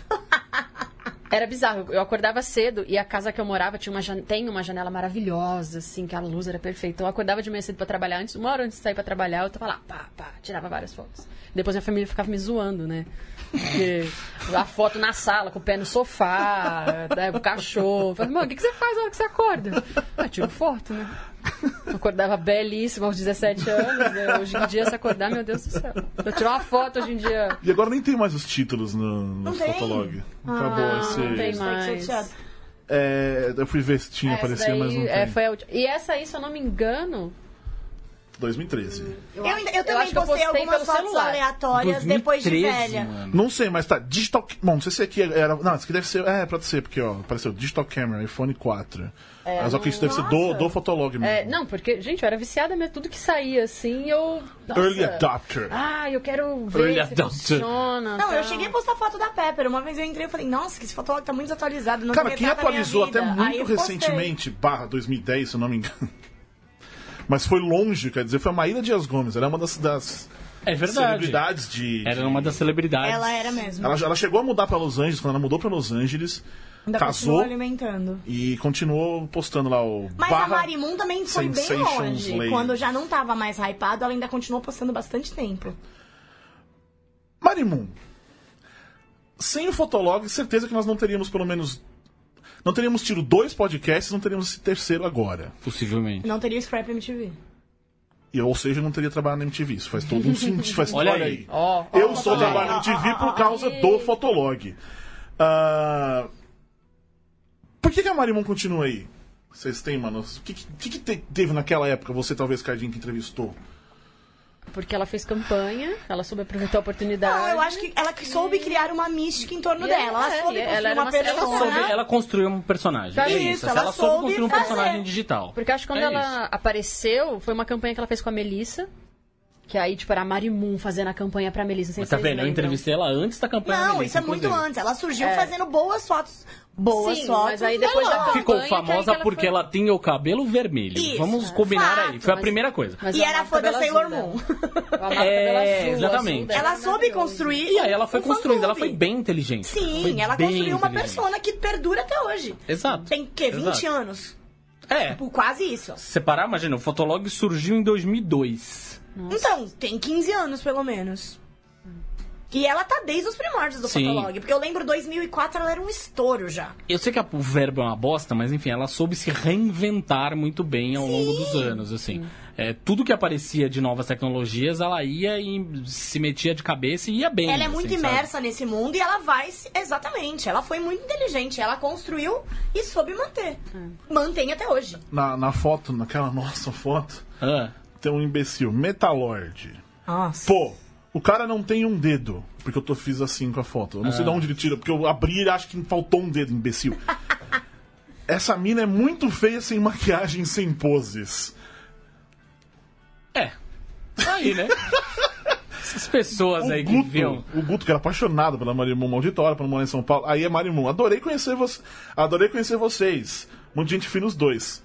S4: Era bizarro. Eu acordava cedo e a casa que eu morava tinha uma jan- tem uma janela maravilhosa, assim, que a luz era perfeita. Eu acordava de manhã cedo pra trabalhar antes, uma hora antes de sair pra trabalhar, eu tava lá, pá, pá, tirava várias fotos. Depois minha família ficava me zoando, né? Porque a foto na sala, com o pé no sofá, né, o cachorro. Eu Falei, mano, o que, que você faz na hora que você acorda? Ah, tiro foto, né? Eu acordava belíssima aos 17 anos, né? Hoje em dia, se acordar, meu Deus do céu. Eu tiro uma foto hoje em dia.
S2: E agora nem tem mais os títulos no, no
S3: tem.
S2: fotolog. Acabou
S4: Ah,
S2: esse.
S4: não tem mais.
S3: Fiquei
S4: Mas-
S3: chateada.
S2: É, eu fui ver se tinha,
S4: Essa
S2: aparecia, um mas não
S4: daí,
S2: tem.
S4: é, foi a última. E essa aí, se eu não me engano,
S2: 2013.
S3: Eu, ainda- eu também
S4: acho que eu
S3: postei
S4: postei
S3: algumas
S4: pelo
S3: fotos
S4: celular.
S3: aleatórias depois de
S1: 2013,
S3: velha.
S1: mano.
S2: Não sei, mas tá. Digital. ca- Bom, não sei se aqui era. Não, isso aqui deve ser. É, pode ser, porque, ó, apareceu Digital Camera, iPhone 4. mas só que isso deve ser do,
S3: nossa.
S2: do Fotolog mesmo.
S4: É, não, porque, gente, eu era viciada mesmo, tudo que saía, assim, eu... nossa.
S2: Early
S1: tá.
S2: Adopter.
S4: Ah, eu quero ver
S1: Early
S4: se
S1: adopter.
S4: funciona. tá?
S3: Não,
S4: tal.
S3: eu cheguei a postar foto da Pepper. Uma vez eu entrei e falei, nossa, que esse fotolog tá muito desatualizado. Não
S2: Cara,
S3: retrata
S2: quem
S3: a minha
S2: atualizou
S3: vida."
S2: até
S3: Aí
S2: muito
S3: eu postei.
S2: recentemente, barra 2010, se eu não me engano. Mas foi longe, quer dizer, foi a Maíra Dias Gomes. Ela é uma das, das
S1: É verdade. É.
S2: celebridades de. de-
S1: Era uma das celebridades.
S3: Ela era mesmo.
S2: Ela, ela chegou a mudar pra Los Angeles, quando ela mudou pra Los Angeles,
S3: Ainda
S2: casou
S3: continua alimentando.
S2: e continuou postando lá o.
S3: Mas
S2: barra...
S3: a Marimun também foi bem
S2: Sensations
S3: longe.
S2: Lady.
S3: Quando já não tava mais hypado, ela ainda continuou postando bastante tempo.
S2: Marimun, sem o Fotolog, certeza que nós não teríamos pelo menos. Não teríamos tido dois podcasts, não teríamos esse terceiro agora.
S1: Possivelmente.
S3: Não teria Scrap MTV.
S2: E, ou seja, não teria trabalhado na MTV. Isso faz todo um sentido. Faz,
S1: Olha
S2: olha,
S1: aí.
S2: aí.
S4: Ó, ó,
S2: Eu só
S3: Fotolog.
S2: trabalho na MTV por causa do Fotolog. Ah, por que, que a Marimun continua aí? Vocês têm, mano? O que, que, que te- teve naquela época, você talvez, Cardinho, que entrevistou?
S4: Porque ela fez campanha, ela soube aproveitar a oportunidade.
S3: Não, Ah, eu acho que ela que soube criar uma mística em torno
S4: E
S3: dela. Ela
S4: é,
S3: soube
S4: e
S3: construir
S4: ela era
S3: uma
S4: uma- ela
S3: persona.
S1: Soube- ela construiu um personagem.
S4: Pra
S1: é
S4: isso,
S1: isso.
S3: ela
S1: ela
S3: soube
S1: soube construir um
S3: fazer.
S1: personagem digital.
S4: Porque acho que quando
S1: É
S4: ela apareceu, foi uma campanha que ela fez com a Melissa. Que aí, tipo, era a Marimun fazendo a campanha pra Melissa. Sem
S1: Mas tá vendo? Eu entrevistei ela antes da campanha. da
S3: Não,
S1: Melissa,
S3: isso é muito
S1: inclusive.
S3: antes. Ela surgiu
S4: É.
S3: fazendo boas fotos. Boas
S4: Sim,
S3: fotos.
S4: mas aí depois
S3: não.
S4: da campanha...
S1: Ficou
S4: que aí que
S1: famosa
S4: ela
S1: porque
S4: foi-
S1: ela tinha o cabelo vermelho.
S3: Isso,
S1: Vamos
S3: é
S1: combinar
S3: fato,
S1: aí. Foi a
S4: mas-
S1: primeira coisa.
S4: Mas
S3: E
S4: eu
S3: era
S4: amava
S3: fã da
S4: cabelo
S3: Sailor
S4: azul
S3: Moon.
S4: dela. Eu amava
S1: É,
S4: cabelo azul, o azul
S1: exatamente.
S4: dela
S3: Ela
S4: era
S3: soube
S4: maravilhoso.
S3: construir.
S1: E aí ela foi
S3: um
S1: construindo, ela
S3: fã-clube.
S1: foi bem inteligente. Foi
S3: Sim, ela
S1: bem
S3: construiu uma
S1: inteligente.
S3: persona que perdura até hoje.
S1: Exato.
S3: Tem o quê? 20
S1: Exato.
S3: anos?
S1: É.
S3: Tipo, quase isso.
S1: Separar, imagina, o Fotolog surgiu em 2002.
S3: Então, tem 15 anos, pelo menos. E ela tá desde os primórdios do
S1: Sim.
S3: Fotolog. Porque eu lembro 2004 ela era um estouro já.
S1: Eu sei que a- o verbo é uma bosta, mas enfim, ela soube se reinventar muito bem ao longo dos anos, assim. É, tudo que aparecia de novas tecnologias, ela ia e se metia de cabeça e ia bem.
S3: Ela é
S1: assim,
S3: muito
S1: sabe?
S3: imersa nesse mundo e ela vai. se- Exatamente. Ela foi muito inteligente. Ela construiu e soube manter. Mantém até hoje.
S2: Na, na foto, naquela nossa foto,
S1: Ah,
S2: tem um imbecil, Metalord.
S3: Nossa.
S2: Pô, o cara não tem um dedo. Porque eu tô, fiz assim com a foto. Eu não sei de onde ele tira, porque eu abri e ele acha que faltou um dedo, imbecil. Essa mina é muito feia sem maquiagem, sem poses.
S1: é. Aí, né? Um Essas pessoas aí
S2: O
S1: que viam.
S2: Guto, o Guto, que era apaixonado pela Marimun Malditória, pra morar em São Paulo. Aí é Marimun. Adorei conhecer você. Adorei conhecer vocês. Muita gente fina os dois.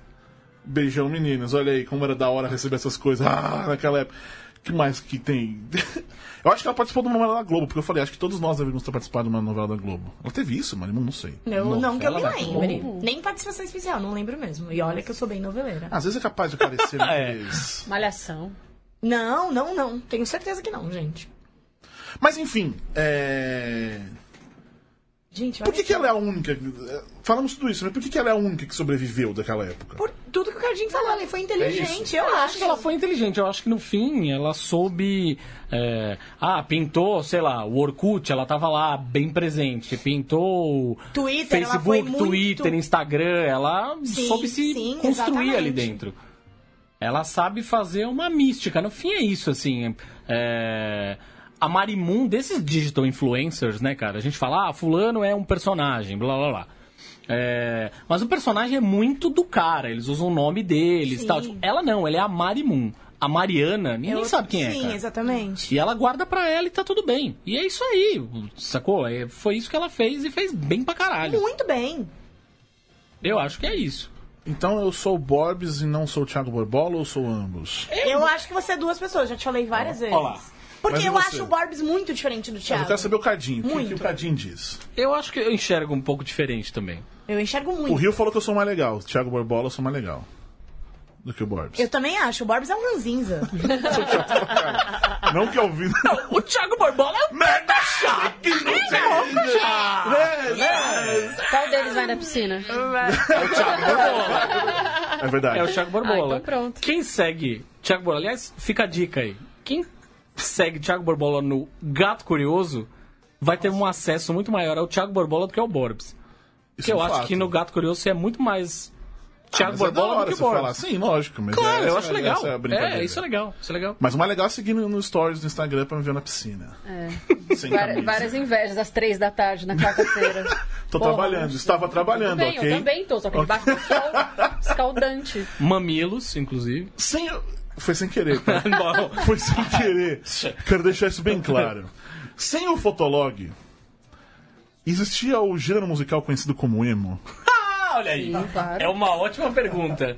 S2: Beijão, meninas. Olha aí como era da hora receber essas coisas. Ah, naquela época. que mais que tem? Eu acho que ela participou de uma novela da Globo, porque eu falei, acho que todos nós deveríamos ter participado de uma novela da Globo. Ela teve isso, Marimun? Não sei.
S3: Eu, não que eu me
S1: Novela da
S3: lembre. Nem participação especial, não lembro mesmo. E olha que eu sou bem noveleira.
S2: Às vezes é capaz de aparecer
S1: É.
S2: naqueles...
S4: Malhação.
S3: Não, não, não. Tenho certeza que não, gente.
S2: Mas enfim, é...
S3: Gente, olha
S2: Por que, que ela é a única? Falamos tudo isso, mas por que, que ela é a única que sobreviveu daquela época?
S3: Por tudo que o Cardinho falou, ela
S2: é
S3: foi inteligente, eu
S1: Eu
S3: acho.
S1: acho que ela foi inteligente. Eu acho que no fim ela soube. é, ah, pintou, sei lá, o Orkut, ela tava lá bem presente. Pintou o
S3: Twitter, ela
S1: Facebook,
S3: foi muito-
S1: Twitter, Instagram. Ela
S3: Sim,
S1: soube se
S3: sim,
S1: construir ali
S3: exatamente.
S1: dentro. Ela sabe fazer uma mística. No fim é isso, assim. é, a Marimun, desses digital influencers, né, cara? A gente fala, ah, fulano é um personagem, blá blá blá. É, mas o personagem é muito do cara, eles usam o nome deles e
S3: Sim.
S1: tal. Tipo, ela não, ela é a Marimun. A Mariana, ninguém
S3: Eu-
S1: sabe quem é.
S3: Sim,
S1: cara.
S3: exatamente.
S1: E ela guarda pra ela e tá tudo bem. E é isso aí, sacou? É, foi isso que ela fez e fez bem pra caralho.
S3: Muito bem.
S1: Eu acho que é isso.
S2: Então eu sou o Borbs e não sou o Thiago Borbola ou sou ambos?
S3: Eu acho que você é duas pessoas, já te falei várias vezes.
S1: Ó lá.
S3: Porque
S2: Mas e
S3: eu
S2: você?
S3: acho o Borbs muito diferente do
S2: Mas
S4: É,
S3: Thiago.
S2: eu quero saber o Cadinho. O que,
S3: Muito.
S2: que o Cadinho diz?
S1: Eu acho que eu enxergo um pouco diferente também.
S3: Eu enxergo
S2: O
S3: muito.
S2: Rio falou que eu sou mais legal. O Thiago Borbola eu sou mais legal do que o Borbs.
S3: Eu também acho, o Borbs é um ranzinza.
S2: Não que eu vi.
S1: O Thiago Borbola é
S2: Merda chata! É, né?
S4: Qual deles vai na piscina?
S2: É verdade.
S1: É o Thiago
S4: Ah,
S1: Borbola.
S4: então pronto.
S1: Quem segue Thiago Borbola? Aliás, fica a dica aí. Quem segue Thiago Borbola no Gato Curioso vai ter um acesso muito maior ao Thiago Borbola do que ao Borbs.
S2: Isso
S1: Porque
S2: é um
S1: eu acho
S2: fato.
S1: que no Gato Curioso você é muito mais Thiago
S2: Mas é da
S1: Borbola
S2: hora
S1: do que
S2: você
S1: o Borbs.
S2: falar. Sim, lógico. Mas
S1: Claro, eu
S2: é- essa-
S1: acho legal.
S2: essa é, a brincadeira.
S1: É, isso é legal. Isso é legal.
S2: Mas o mais legal é seguir no, no stories do Instagram pra me ver na piscina. É. Sem
S4: Várias,
S2: camisa.
S4: várias invejas às três da tarde, na quarta-feira.
S2: Tô
S4: Porra,
S2: trabalhando, estava trabalhando,
S4: Também,
S2: ok?
S4: eu também tô, só que debaixo do sol, escaldante.
S1: Mamilos, inclusive.
S2: Sem... Foi sem querer. tá?
S1: Bom,
S2: Foi sem querer. Quero deixar isso bem claro. Sem o Fotolog, existia o gênero musical conhecido como emo.
S1: ah, olha aí.
S4: claro.
S1: É uma ótima pergunta.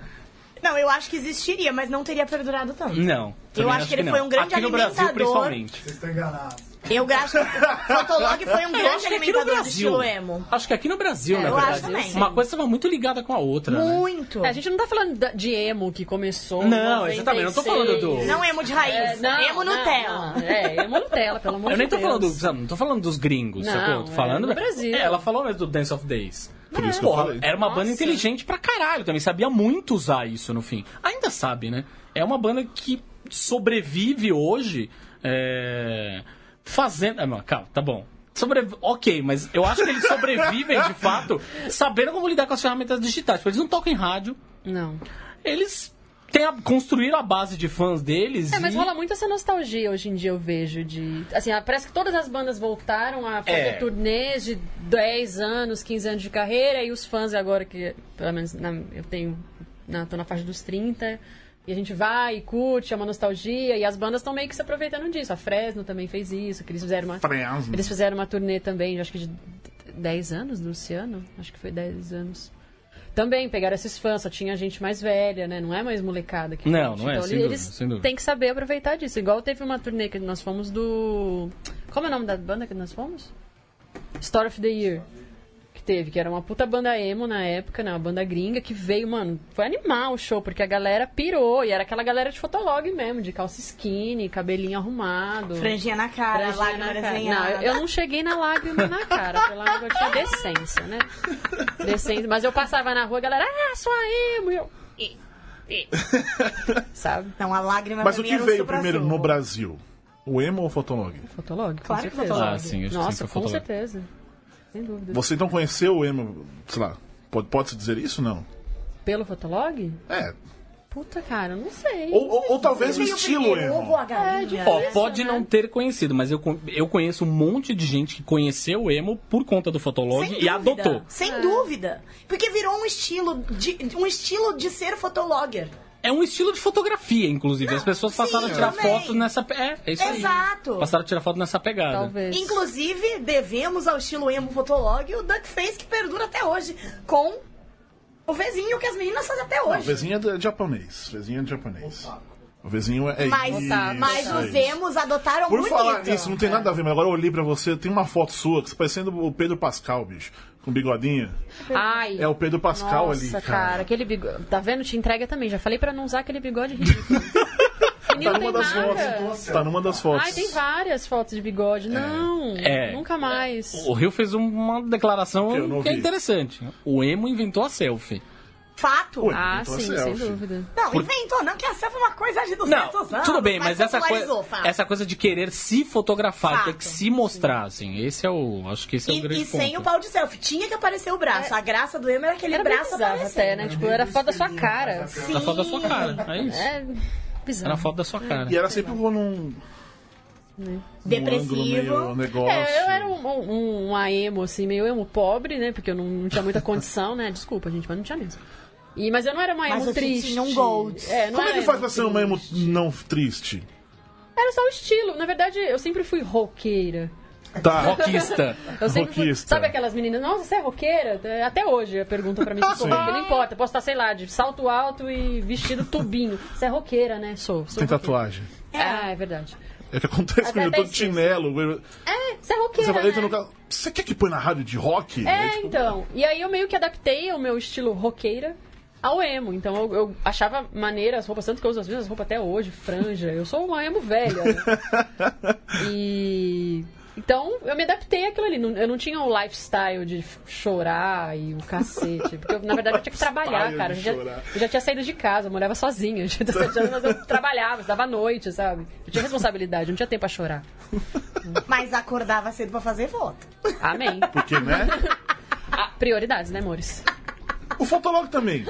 S3: não, eu acho que existiria, mas não teria perdurado tanto.
S1: Não. também
S3: acho que ele
S1: não.
S3: foi um grande
S1: Aqui no Brasil,
S3: alimentador.
S1: principalmente.
S6: Vocês estão enganados.
S3: Eu acho que o Fotolog foi um
S1: Eu
S3: grande
S1: acho que é aqui no
S3: alimentador de
S1: Brasil.
S3: estilo emo.
S1: Acho que aqui no Brasil,
S3: É,
S1: na
S3: eu
S1: verdade.
S3: acho também.
S1: Uma coisa estava muito ligada com a outra. né?
S3: Muito.
S4: É, a gente não tá falando da- de emo que começou. em
S1: Não, exatamente, eu não tô
S4: 96.
S1: falando do-
S3: Não emo de raiz, emo
S4: É, não,
S3: Nutella.
S4: não. É, emo Nutella, pelo amor
S1: Eu
S4: de Deus.
S1: nem tô falando, sabe, não tô falando dos gringos,
S4: Não,
S1: sacou? Tô
S4: é
S1: falando
S4: do Brasil.
S1: É, ela falou mesmo do Dance of Days.
S2: Por isso que eu
S1: Porra,
S2: falei.
S1: era uma banda
S4: Nossa.
S1: inteligente pra caralho também, sabia muito usar isso no fim. Ainda sabe, né? É uma banda que sobrevive hoje é, fazendo. Ah, não, calma, tá bom. Sobre... Ok, mas eu acho que eles sobrevivem de fato sabendo como lidar com as ferramentas digitais. Tipo, eles não tocam em rádio,
S4: Não.
S1: eles têm a... construíram a base de fãs deles.
S4: É, mas
S1: e-
S4: rola muito essa nostalgia hoje em dia, eu vejo, de... Assim, ah, parece que todas as bandas voltaram a fazer
S1: É.
S4: turnês de 10 anos, 15 anos de carreira, e os fãs agora que, pelo menos na- eu tenho, na, tô na faixa dos 30, e a gente vai e curte, é uma nostalgia, e as bandas estão meio que se aproveitando disso. A Fresno também fez isso, que eles fizeram uma...
S1: Uhum.
S2: Fresno.
S4: Eles fizeram uma turnê também, acho que de 10 anos, Luciano? Acho que foi 10 anos. Também pegaram esses fãs, só tinha gente mais velha, né? Não é mais molecada que
S1: Não,
S4: curte.
S1: não é,
S4: Então,
S1: sem
S4: eles
S1: dúvida, sem dúvida.
S4: têm que saber aproveitar disso. Igual teve uma turnê que nós fomos do. Como é o nome da banda que nós fomos? Story of the Year. Que que teve, que era uma puta banda emo na época, né? Uma banda gringa que veio, mano, foi animal o show, porque a galera pirou. E era aquela galera de fotolog mesmo, de calça skinny, cabelinho arrumado.
S3: Franjinha na cara,
S4: franjinha
S3: lágrima
S4: na cara. Não,
S3: desenhada.
S4: eu- eu não cheguei na lágrima na cara, pelo amor de Deus, decência, né? Decência. Mas eu passava na rua, a galera, ah, sua emo, e eu... "Ih, ih", Sabe?
S3: Não, a lágrima
S2: Mas
S3: pra
S2: o
S3: mim
S2: que
S3: era
S2: veio
S3: supra-sumo.
S2: primeiro no Brasil? O emo ou o Fotolog?
S4: Fotolog, com
S3: Claro que
S4: certeza.
S3: fotolog.
S1: Ah, sim, acho que
S4: Nossa,
S1: sim, foi
S4: com
S1: fotolog.
S4: certeza. Sem dúvida.
S2: Você então conheceu o emo, sei lá, pode- pode-se dizer isso? Não.
S4: Pelo fotolog?
S2: É.
S4: Puta, cara, não sei.
S2: Ou, ou- ou talvez o
S3: Veio
S2: estilo
S3: primeiro, ovo ou
S2: emo.
S3: a galinha?
S4: difícil.
S1: Ó, pode não ter conhecido, mas eu, con- eu conheço um monte de gente que conheceu o emo por conta do Fotolog
S3: Sem
S1: e
S3: dúvida,
S1: adotou.
S4: É.
S3: Sem dúvida. Porque virou um estilo de, um estilo de ser fotologger.
S1: É um estilo de fotografia, inclusive. As pessoas passaram
S3: sim,
S1: a tirar
S3: também.
S1: fotos nessa. pe- É, é isso aí.
S3: Exato.
S1: Passaram a tirar foto nessa pegada.
S4: Talvez.
S3: Inclusive, devemos ao estilo emo fotolog o duckface que perdura até hoje. Com o vizinho que as meninas fazem até
S2: Não, o
S3: hoje.
S2: vizinho é de- japonês. O vizinho é de japonês. O vizinho é. é
S3: mas tá,
S2: isso,
S3: mas
S2: é
S3: os
S2: isso.
S3: emos adotaram
S2: Por
S3: bonito.
S2: falar nisso, não tem nada a ver, mas agora eu olhei pra você, tem uma foto sua que você tá parecendo o Pedro Pascal, bicho. Com bigodinho.
S4: Ai.
S2: É o Pedro Pascal
S4: Nossa,
S2: ali, cara.
S4: aquele bigode. Tá vendo? Te entrega também. Já falei pra não usar aquele bigode ridículo. Menino,
S2: Tá
S4: tem
S2: numa das
S4: nada.
S2: fotos. Tá numa das fotos.
S4: Ai, tem várias fotos de bigode. Não,
S1: É.
S4: nunca mais.
S1: O Rio fez um, uma declaração
S2: Que eu não
S1: que é
S2: vi.
S1: interessante. O emo inventou a selfie.
S3: Fato.
S2: Ué,
S4: Ah,
S2: então é
S4: sim, sem
S2: selfie.
S4: dúvida.
S3: Não, inventou, não, que essa foi uma coisa de 200
S1: Não,
S3: anos.
S1: tudo bem, mas essa é coisa,
S3: popularizou, fato.
S1: essa coisa de querer se fotografar,
S3: Fato.
S1: ter que se mostrar, assim, esse é o, acho que esse é o grande
S3: E, e
S1: ponto.
S3: sem o pau de selfie. Tinha que aparecer o braço. A graça do emo era aquele
S4: É. Era bem
S3: braço
S4: bizarro
S3: aparecendo.
S4: até, né? Tipo, era foto da sua cara.
S1: Era foto da sua cara, é isso.
S4: É
S1: Era
S4: bizarro.
S1: foto da sua cara.
S2: E era sempre com um. Um
S3: Depressivo.
S2: ângulo meio negócio.
S4: É, eu era um, um, uma emo, assim, meio emo pobre, né? Porque eu não, não tinha muita condição, né? Desculpa, gente, mas não tinha mesmo. E, mas eu não era uma
S3: Mas
S4: emo
S3: você
S4: triste.
S3: tinha um gold.
S4: É, não
S2: Como é
S4: era
S2: que faz
S4: emo
S2: pra ser uma emo
S4: triste.
S2: não triste?
S4: Era só o estilo. Na verdade, eu sempre fui roqueira.
S2: Tá.
S1: Rockista.
S4: Eu sempre fui,
S2: Roquista.
S4: sabe aquelas meninas, nossa, você é roqueira? Até hoje a pergunta pra mim se sou
S2: Sim.
S4: roqueira. Não importa, posso estar, sei lá, de salto alto e vestido tubinho. Você é roqueira, né? Sou. sou
S2: Tem
S4: roqueira.
S2: tatuagem.
S4: Ah, é verdade.
S2: É o que acontece
S4: Até
S2: comigo. Eu tô de
S4: tem isso.
S2: chinelo. eu-
S4: É, você é roqueira,
S2: Você fala, entra
S4: né?
S2: no carro. Você quer que põe na rádio de rock?
S4: É,
S2: tipo,
S4: então. E aí eu meio que adaptei o meu estilo roqueira ao emo. Então eu, eu achava maneira as roupas, tanto que eu uso às vezes as roupas até hoje, franja. Eu sou uma emo velha. né? e. Então eu me adaptei àquilo ali. Não- Eu não tinha o lifestyle de f- chorar e o cacete. Porque eu, na verdade eu tinha que trabalhar,
S2: Lifestyle
S4: cara. Eu
S2: de
S4: já,
S2: chorar.
S4: eu já tinha saído de casa, eu morava sozinha. Eu tinha 17 anos, mas eu trabalhava, estudava à noite, sabe? Eu tinha responsabilidade, eu não tinha tempo pra chorar.
S3: Mas acordava cedo pra fazer foto.
S4: Amém.
S2: Porque, né?
S4: Ah, prioridades, né, amores?
S2: O Fotolog também.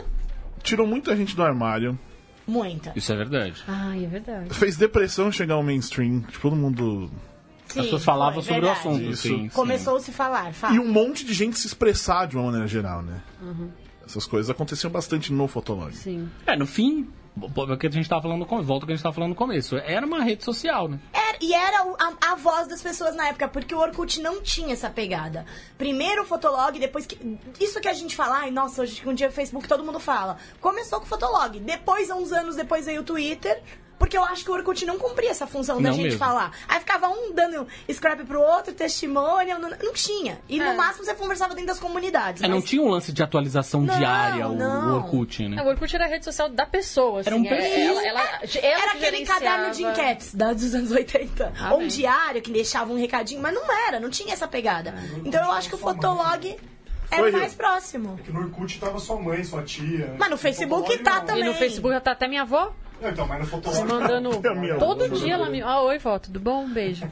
S2: Tirou muita gente do armário.
S3: Muita.
S1: Isso é verdade.
S4: Ai, é verdade.
S2: Fez depressão chegar ao mainstream. Tipo, todo mundo.
S1: As pessoas falavam sobre o assunto,
S2: Isso.
S1: sim, sim.
S3: Começou a se falar,
S2: E
S3: fato.
S2: um monte de gente se expressar de uma maneira geral, né?
S4: Uhum.
S2: Essas coisas aconteciam bastante no Fotolog.
S4: Sim.
S1: É, no fim, pô, é o que a gente tava falando, no come- volta ao que a gente tava falando no começo. Era uma rede social, né?
S3: Era- e era o- a, a voz das pessoas na época, porque o Orkut não tinha essa pegada. Primeiro o Fotolog, depois que. Isso que a gente fala, ai, nossa, hoje um dia o Facebook todo mundo fala. Começou com o Fotolog, depois, uns anos depois, veio o Twitter. Porque eu acho que o Orkut não cumpria essa função da
S1: Não
S3: gente
S1: mesmo.
S3: falar. Aí ficava um dando scrap pro outro, testemunho, não, não tinha. E
S4: É.
S3: no máximo você conversava dentro das comunidades.
S1: É, não
S3: mas-
S1: tinha um lance de atualização
S3: Não,
S1: diária, o-
S3: não.
S1: o Orkut, né?
S4: É, O Orkut era a rede social da pessoa, assim.
S1: Era um
S4: é-
S1: perfil.
S4: Ela, ela, ela que
S3: Era aquele
S4: gerenciava.
S3: caderno de enquetes da- dos anos 80.
S4: Ah,
S3: ou um
S4: bem.
S3: diário que deixava um recadinho, mas não era, não tinha essa
S6: Ah,
S3: pegada. Então eu acho que o Fotolog
S2: Foi,
S3: era o
S2: Rio.
S3: mais próximo.
S6: É Que no Orkut tava sua mãe, sua tia.
S3: Mas no Facebook
S6: Fotolog,
S3: tá
S6: não.
S3: também.
S4: E no Facebook já tá até minha avó
S6: Não, então, mas no Fotolog.
S4: mandando.
S2: É minha
S4: todo
S2: avó.
S4: dia ela me. Ah, oi, vó, tudo bom? Um beijo.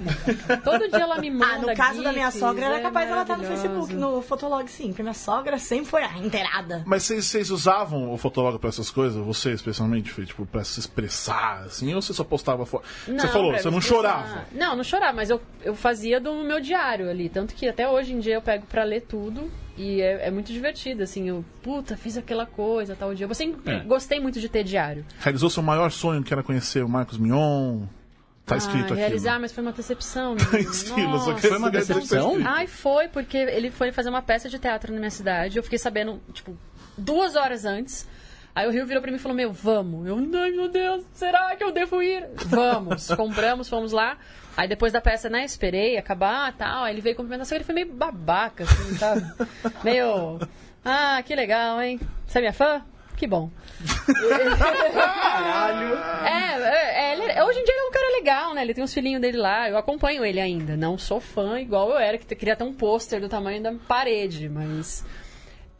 S4: todo dia ela me manda.
S3: Ah, no caso da minha
S4: gifs,
S3: sogra,
S4: é
S3: era capaz ela estar no
S4: maravilhoso.
S3: Facebook, no Fotolog sim, porque minha sogra sempre foi a inteirada.
S2: Mas vocês- vocês usavam o Fotolog pra essas coisas? Você, especialmente, foi, tipo, pra se expressar, assim? Ou você só postava foto? Você
S4: Não,
S2: falou,
S4: pra
S2: você
S4: me
S2: não
S4: expressar.
S2: chorava.
S4: Não, não chorava, mas eu, eu fazia do meu diário ali. Tanto que até hoje em dia eu pego pra ler tudo. E é, é muito divertido, assim. Eu, puta, fiz aquela coisa, tal dia. Eu sempre
S1: É.
S4: gostei muito de ter diário.
S2: Realizou seu maior sonho, que era conhecer o Marcos Mion. Tá escrito aqui.
S4: ah, realizar, mas foi uma decepção. menino.
S2: Estilo, só que
S4: Nossa.
S1: Foi uma
S2: esse deve ter
S1: decepção?
S2: escrito.
S4: Ai, foi, porque ele foi fazer uma peça de teatro na minha cidade. Eu fiquei sabendo, tipo, duas horas antes. Aí o Rio virou pra mim e falou: Meu, vamos. Eu, ai meu Deus, será que eu devo ir? Vamos. Compramos, fomos lá. Aí depois da peça, né, esperei acabar tal. Aí ele veio cumprimentar, só que ele foi meio babaca, assim, sabe? meio. Ah, que legal, hein? Você é minha fã? Que bom. É, é, é, ele- hoje em dia ele é um cara legal, né? Ele tem uns filhinhos dele lá, eu acompanho ele ainda. Não sou fã igual eu era, que te- queria ter um pôster do tamanho da parede, mas.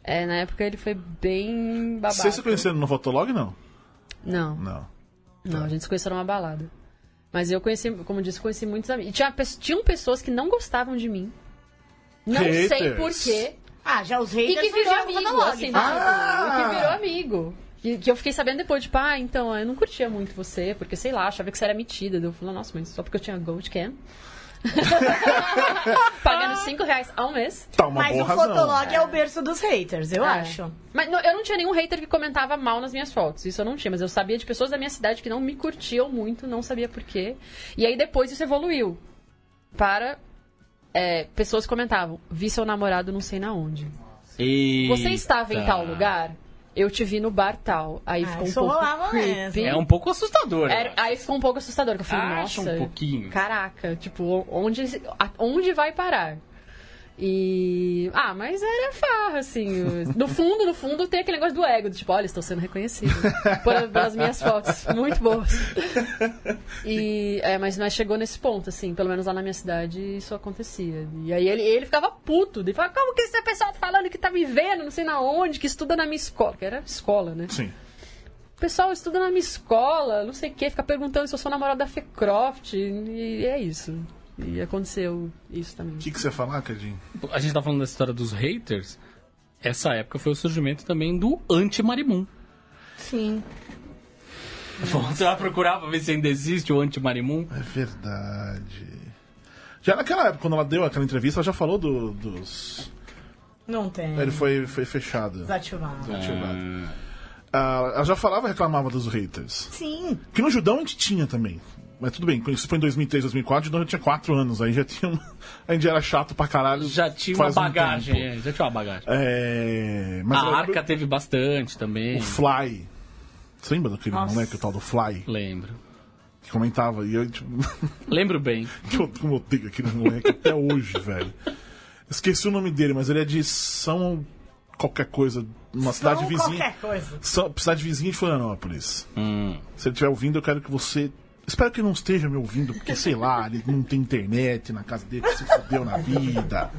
S4: É, na época ele foi bem babado.
S2: Vocês se conheceram no Fotolog, não?
S4: Não, não,
S2: Não.
S4: a gente se conheceu numa balada. Mas eu conheci, como eu disse, conheci muitos amigos. E tinha, pe- tinham pessoas que não gostavam de mim. Não sei
S2: Haters.
S4: porquê.
S3: Ah, já os
S4: E
S3: haters
S4: que virou
S3: fugiram do
S4: amigo,
S3: fotolog. tá?
S4: assim, do tipo,
S2: Ah!
S4: e que virou amigo. E que eu fiquei sabendo depois, tipo, ah, então, eu não curtia muito você, porque, sei lá, achava que você era metida. Daí Eu falei, nossa, mas só porque eu tinha Gold Cam. Pagando 5 reais ao mês.
S2: Tá uma
S3: Mas
S2: boa
S3: o
S2: razão.
S3: fotolog é. o berço dos haters, eu
S4: É.
S3: acho.
S4: Mas não- eu não tinha nenhum hater que comentava mal nas minhas fotos. Isso eu não tinha, mas eu sabia de pessoas da minha cidade que não me curtiam muito, não sabia por quê. E aí depois isso evoluiu para é, pessoas que comentavam, vi seu namorado não sei na onde. Você estava em tal lugar? Eu te vi no bar tal. Aí
S3: Ah,
S4: ficou um
S3: isso
S4: pouco
S3: rolava
S4: creepy.
S1: É um pouco assustador. eu
S4: Era-
S1: acho.
S4: aí ficou um pouco assustador. que Eu falei,
S1: Acha
S4: nossa,
S1: um pouquinho.
S4: caraca, tipo, onde, a- onde vai parar? E. Ah, mas era farra, assim. o- No fundo, no fundo, tem aquele negócio do ego, do tipo, olha, estou sendo reconhecido por- pelas minhas fotos, muito boas. E, é, mas nós chegou nesse ponto, assim, pelo menos lá na minha cidade isso acontecia. E aí ele, ele ficava puto, ele falava, como que esse pessoal tá falando que tá me vendo, não sei na onde, que estuda na minha escola, que era escola, né?
S2: Sim.
S4: O pessoal estuda na minha escola, não sei o quê, fica perguntando se eu sou namorada da Fecroft, e é isso. E aconteceu isso também.
S2: O que, que você ia falar, Cadinho?
S1: A gente tá falando da história dos haters. Essa época foi o surgimento também do anti-Marimum.
S3: Sim.
S1: Você vai procurar pra ver se ainda existe o anti-Marimum?
S2: É verdade. Já naquela época, quando ela deu aquela entrevista, ela já falou do- dos.
S3: Não tem.
S2: Ele foi, foi fechado.
S6: É.
S1: É.
S3: Desativado.
S2: Desativado. Ah, ela já falava e reclamava dos haters.
S3: Sim.
S2: Que no Judão a gente tinha também. Mas tudo bem, quando isso foi em 2003, 2004, o Judão já tinha 4 anos. Aí já tinha. uma- A gente já era chato pra caralho.
S1: Já tinha uma
S2: faz um
S1: bagagem.
S2: tempo.
S1: é, já tinha uma bagagem.
S2: É. Mas
S1: a
S2: eu lembro-
S1: Arca teve bastante também.
S2: O Fly. Você lembra daquele
S3: Nossa.
S2: moleque, o tal do Fly?
S1: Lembro.
S2: Que comentava. E eu, tipo.
S1: Lembro bem.
S2: Que eu, como eu odeio aquele moleque até hoje, velho. Esqueci o nome dele, mas ele é de São qualquer coisa, uma cidade
S3: Não
S2: vizinha.
S3: qualquer coisa.
S2: São, cidade vizinha de Florianópolis.
S1: Hum.
S2: Se ele estiver ouvindo, eu quero que você. Espero que não esteja me ouvindo, porque sei lá, ele não tem internet na casa dele, se fudeu na vida.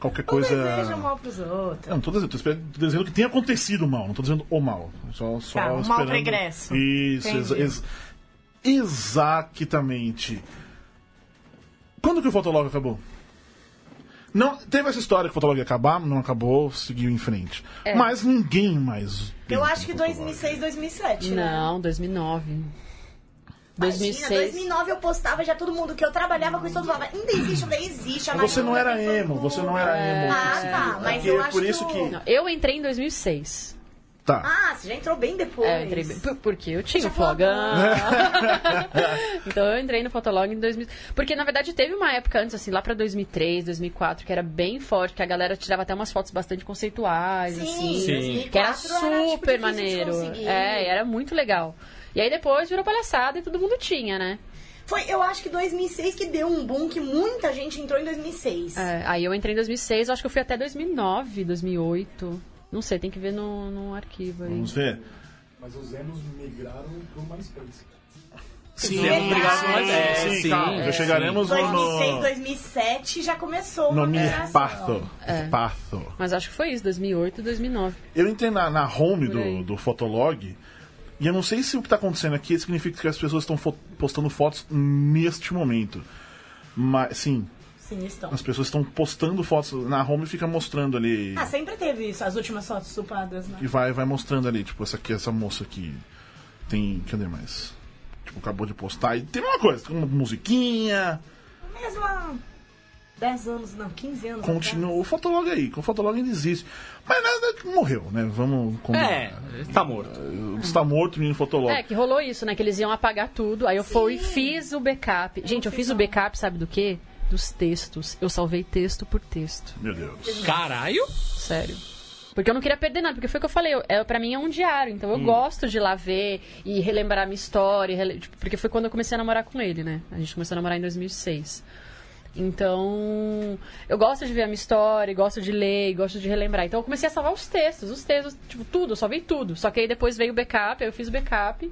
S2: Qualquer
S3: Não
S2: coisa.
S3: deseja mal pros outros.
S2: É, Não, não tô dizendo, tô esperando- tô dizendo que tenha acontecido o mal, não tô dizendo o mal. Só, só
S3: Tá, o mal
S2: esperando...
S3: pregresso.
S2: Isso, exa
S3: Entendi.
S2: ex- exatamente. Quando que o Fotolog acabou? Não, teve essa história que o Fotolog ia acabar, não acabou, seguiu em frente. Mas ninguém mais.
S3: É. Eu
S2: pensa
S3: acho que
S2: no Fotolog.
S3: 2006, 2007, né?
S4: Não, 2009.
S3: Imagina,
S4: 2006.
S3: 2009 eu postava já todo mundo que eu trabalhava com isso, todo mundo falava, ainda existe, ainda existe. a
S2: Mas Você não
S3: Marina
S2: era
S3: tem fã
S2: emo,
S3: clube."
S2: você não era emo.
S3: Ah,
S2: Você-
S3: tá, mas
S2: porque
S3: eu acho
S2: Por isso
S3: que
S2: que.
S3: o-
S4: Não, eu entrei em 2006.
S2: Tá.
S3: Ah, você já entrou bem depois.
S4: É, eu entrei bem- por- porque eu tinha
S3: Tinha
S4: o flogão. então eu entrei no Fotolog em 2000. Porque na verdade teve uma época antes, assim, lá pra 2003, 2004, que era bem forte, que a galera tirava até umas fotos bastante conceituais,
S3: Sim,
S4: assim.
S1: Sim.
S3: 2004
S4: Que era
S3: tipo,
S4: super
S3: difícil de
S4: maneiro.
S3: conseguir.
S4: É, era muito legal. E aí depois virou palhaçada e todo mundo tinha, né?
S3: Foi, eu acho que 2006 que deu um boom que muita gente entrou em 2006.
S4: É, aí eu entrei em 2006, eu acho que eu fui até 2009, 2008. Não sei, tem que ver no, no arquivo aí.
S2: Vamos ver.
S6: Mas os emos migraram pro MySpace.
S2: Sim,
S3: Verdade.
S1: mas é,
S2: sim,
S1: sim,
S2: calma, já
S1: é,
S2: chegaremos no.
S3: 2006, 2007 já começou
S2: No
S3: um, uma
S2: mi
S3: migração.
S2: parto. Parto.
S4: Mas acho que foi isso, 2008 e 2009.
S2: Eu entrei na, na home
S4: Por aí.
S2: do, do Fotolog e eu não sei se o que está acontecendo aqui significa que as pessoas estão fo- postando fotos neste momento. Mas, sim,
S3: Sim, estão.
S2: as pessoas estão postando fotos na home e fica mostrando ali.
S3: Ah, sempre teve isso, as últimas fotos supadas, né?
S2: E vai, vai mostrando ali, tipo, essa aqui, essa moça aqui tem. Cadê mais? Tipo, acabou de postar. E tem uma coisa, tem uma musiquinha.
S3: Mesmo há 10 anos, não, 15 anos.
S2: Continua.
S3: atrás.
S2: O Fotolog aí, que o Fotolog ainda existe. Mas nada que morreu, né? Vamos. combinar.
S1: É, tá morto.
S2: Está morto o menino Fotolog.
S4: É, que rolou isso, né? Que eles iam apagar tudo. Aí eu fui e fiz o backup. Gente, eu fiz o backup, sabe do quê? Dos textos. Eu salvei texto por texto.
S2: Meu Deus.
S1: Caralho!
S4: Sério. Porque eu não queria perder nada, porque foi o que eu falei, eu, é, para mim é um diário, então eu gosto de ir lá ver e relembrar minha história, e rele- tipo, porque foi quando eu comecei a namorar com ele, né? A gente começou a namorar em 2006. Então, eu gosto de ver a minha história, gosto de ler, gosto de relembrar. Então, eu comecei a salvar os textos, os textos, tipo, tudo, eu salvei tudo. Só que aí depois veio o backup, aí eu fiz o backup.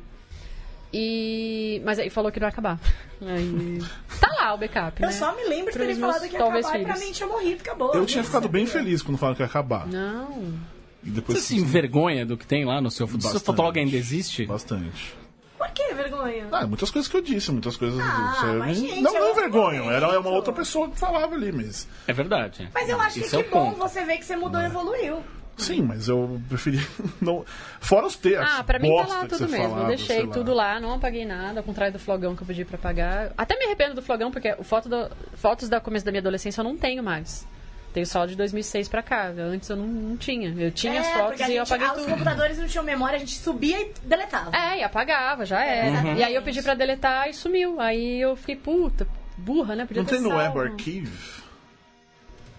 S4: E. Mas aí falou que não ia acabar. Aí. Tá lá o backup.
S3: Eu
S4: né?
S3: só me lembro de
S4: Pros
S3: terem
S4: meus
S3: falado que ia
S4: talvez
S3: acabar e pra
S4: filhos.
S3: mim tinha morrido, acabou.
S2: Eu
S3: nem
S2: tinha ficado bem
S3: sabia.
S2: feliz quando falaram que ia acabar.
S4: Não.
S2: E depois
S1: Você se envergonha do que tem lá no seu futebol? Seu
S2: Bastante.
S1: fotólogo ainda existe?
S2: Bastante.
S3: Por que vergonha?
S2: Ah, muitas coisas que eu disse, muitas coisas. isso aí-
S3: Ah, mas, gente,
S2: não,
S3: eu
S2: não
S3: não
S2: vergonho. Era uma
S3: aguento.
S2: outra pessoa que falava ali, mas.
S1: É verdade.
S3: Mas eu acho
S1: Esse
S3: que
S1: é
S3: é
S1: o
S3: que bom
S1: ponto.
S3: você ver que você mudou e evoluiu.
S2: Sim, mas eu preferi. Não... Fora os textos.
S4: Ah, pra mim tá
S2: bosta
S4: lá
S2: que
S4: tudo
S2: você
S4: mesmo.
S2: falava,
S4: eu
S2: sei
S4: deixei
S2: lá.
S4: tudo lá, não apaguei nada, ao contrário do flogão que eu pedi pra apagar. Até me arrependo do flogão, porque o foto do- fotos da começo da minha adolescência eu não tenho mais. Tenho só de 2006 pra cá. Antes eu não, não tinha. Eu tinha as
S3: É,
S4: fotos
S3: porque a
S4: e eu
S3: gente-
S4: apaguei
S3: ah, Os
S4: tudo.
S3: computadores não tinham memória, a gente subia e deletava.
S4: É, e apagava, já
S3: É,
S4: era.
S2: Uhum.
S3: exatamente.
S4: E aí eu pedi pra deletar e sumiu. Aí eu fiquei puta, burra, né? Podia
S2: Não
S4: ter
S2: tem no
S4: salvo.
S2: Web Archive?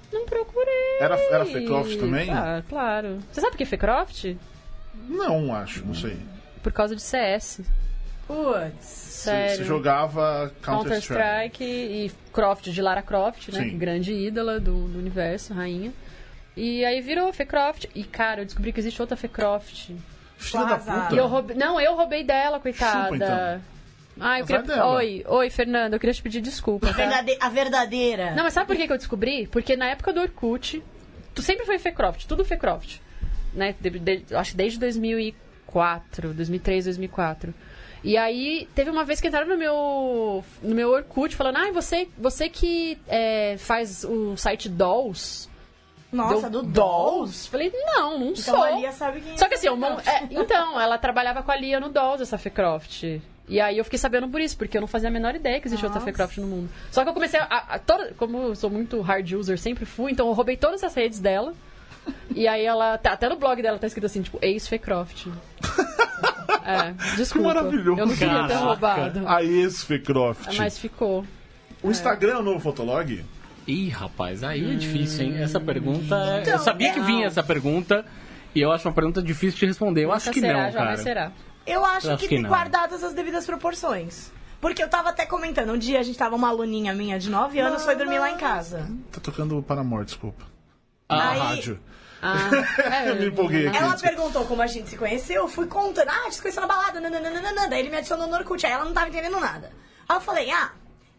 S4: Não procurei.
S2: Era- era Fecroft também?
S4: Ah, claro. Você sabe o que é Fecroft?
S2: Não, acho, não sei.
S4: Por causa de CS.
S3: Putz.
S4: Sério.
S2: Você jogava Counter-Strike.
S4: Counter-Strike e Croft de Lara Croft, né?
S2: Sim.
S4: Grande ídola do, do universo, rainha. E aí virou Fê Croft. E, cara, eu descobri que existe outra Fê Croft.
S2: Filha da
S3: Quase.
S2: puta.
S4: E eu roubei... Não, eu roubei dela, coitada.
S2: Ah. Chupa, então.
S4: Ah, eu
S2: Azar
S4: queria...
S2: dela.
S4: Oi, oi, Fernando, eu queria te pedir desculpa, tá?
S3: Verdade- A verdadeira.
S4: Não, mas sabe por que, que eu descobri? Porque na época do Orkut, tu sempre foi Fecroft, tudo Fecroft. Né? De, de, eu acho que desde 2004, 2003, 2004. E aí, teve uma vez que entraram no meu, no meu Orkut falando: Ah, você, você que é, faz o site Dolls.
S3: Nossa,
S4: Deu
S3: do Dolls?
S4: Falei: Não, não
S3: Então
S4: sou.
S3: a Lia sabe quem
S4: Só que assim,
S3: é
S4: eu mon- é, então, ela trabalhava com a Lia no Dolls, essa Fecroft. E aí eu fiquei sabendo por isso, porque eu não fazia a menor ideia que existia outra
S3: Nossa.
S4: Fecroft no mundo. Só que eu comecei a. a- toda- como eu sou muito hard user, sempre fui, então eu roubei todas as redes dela. E aí ela. tá- até no blog dela tá escrito assim, tipo, ex-Fecroft. é, desculpa.
S2: maravilhoso.
S4: Eu não queria ter
S1: Caraca.
S4: roubado.
S2: A ex-Fecroft.
S4: É, Mas ficou.
S2: O Instagram é o novo Fotolog?
S1: Ih, rapaz, aí é difícil, hein? Essa pergunta. é- eu
S3: Então,
S1: sabia que
S3: não.
S1: vinha essa pergunta e eu acho uma pergunta difícil de responder. Eu acho
S4: Nunca
S1: que
S4: será,
S1: não,
S4: jamais
S1: cara.
S4: será.
S3: Eu acho
S1: Acho
S3: que
S1: que
S3: tem
S1: não.
S3: guardadas as devidas proporções. Porque eu tava até comentando, um dia a gente tava uma aluninha minha de 9 anos, foi dormir lá em casa.
S2: Tá tocando Paramore, desculpa.
S1: Ah,
S3: Aí-
S2: A rádio.
S4: Ah, é,
S2: Eu me empolguei aqui.
S3: Ela perguntou como a gente se conheceu, eu fui contando, ah, a gente se conheceu na balada, nananana, daí ele me adicionou no Orkut, aí ela não tava entendendo nada. Aí eu falei, ah,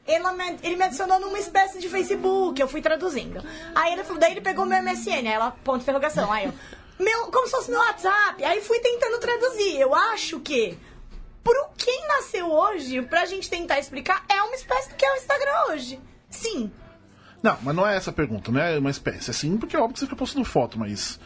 S3: ela me- ele me adicionou numa espécie de Facebook, eu fui traduzindo. Aí ele falou, daí ele pegou meu MSN, aí ela, ponto de interrogação, aí eu, meu, como se fosse meu WhatsApp, aí fui tentando traduzir, eu acho que... Pro quem nasceu hoje, pra gente tentar explicar, é uma espécie do que é o Instagram hoje. Sim.
S2: Não, mas não é essa a pergunta, né? É uma espécie, assim, porque é óbvio que você fica postando foto, mas.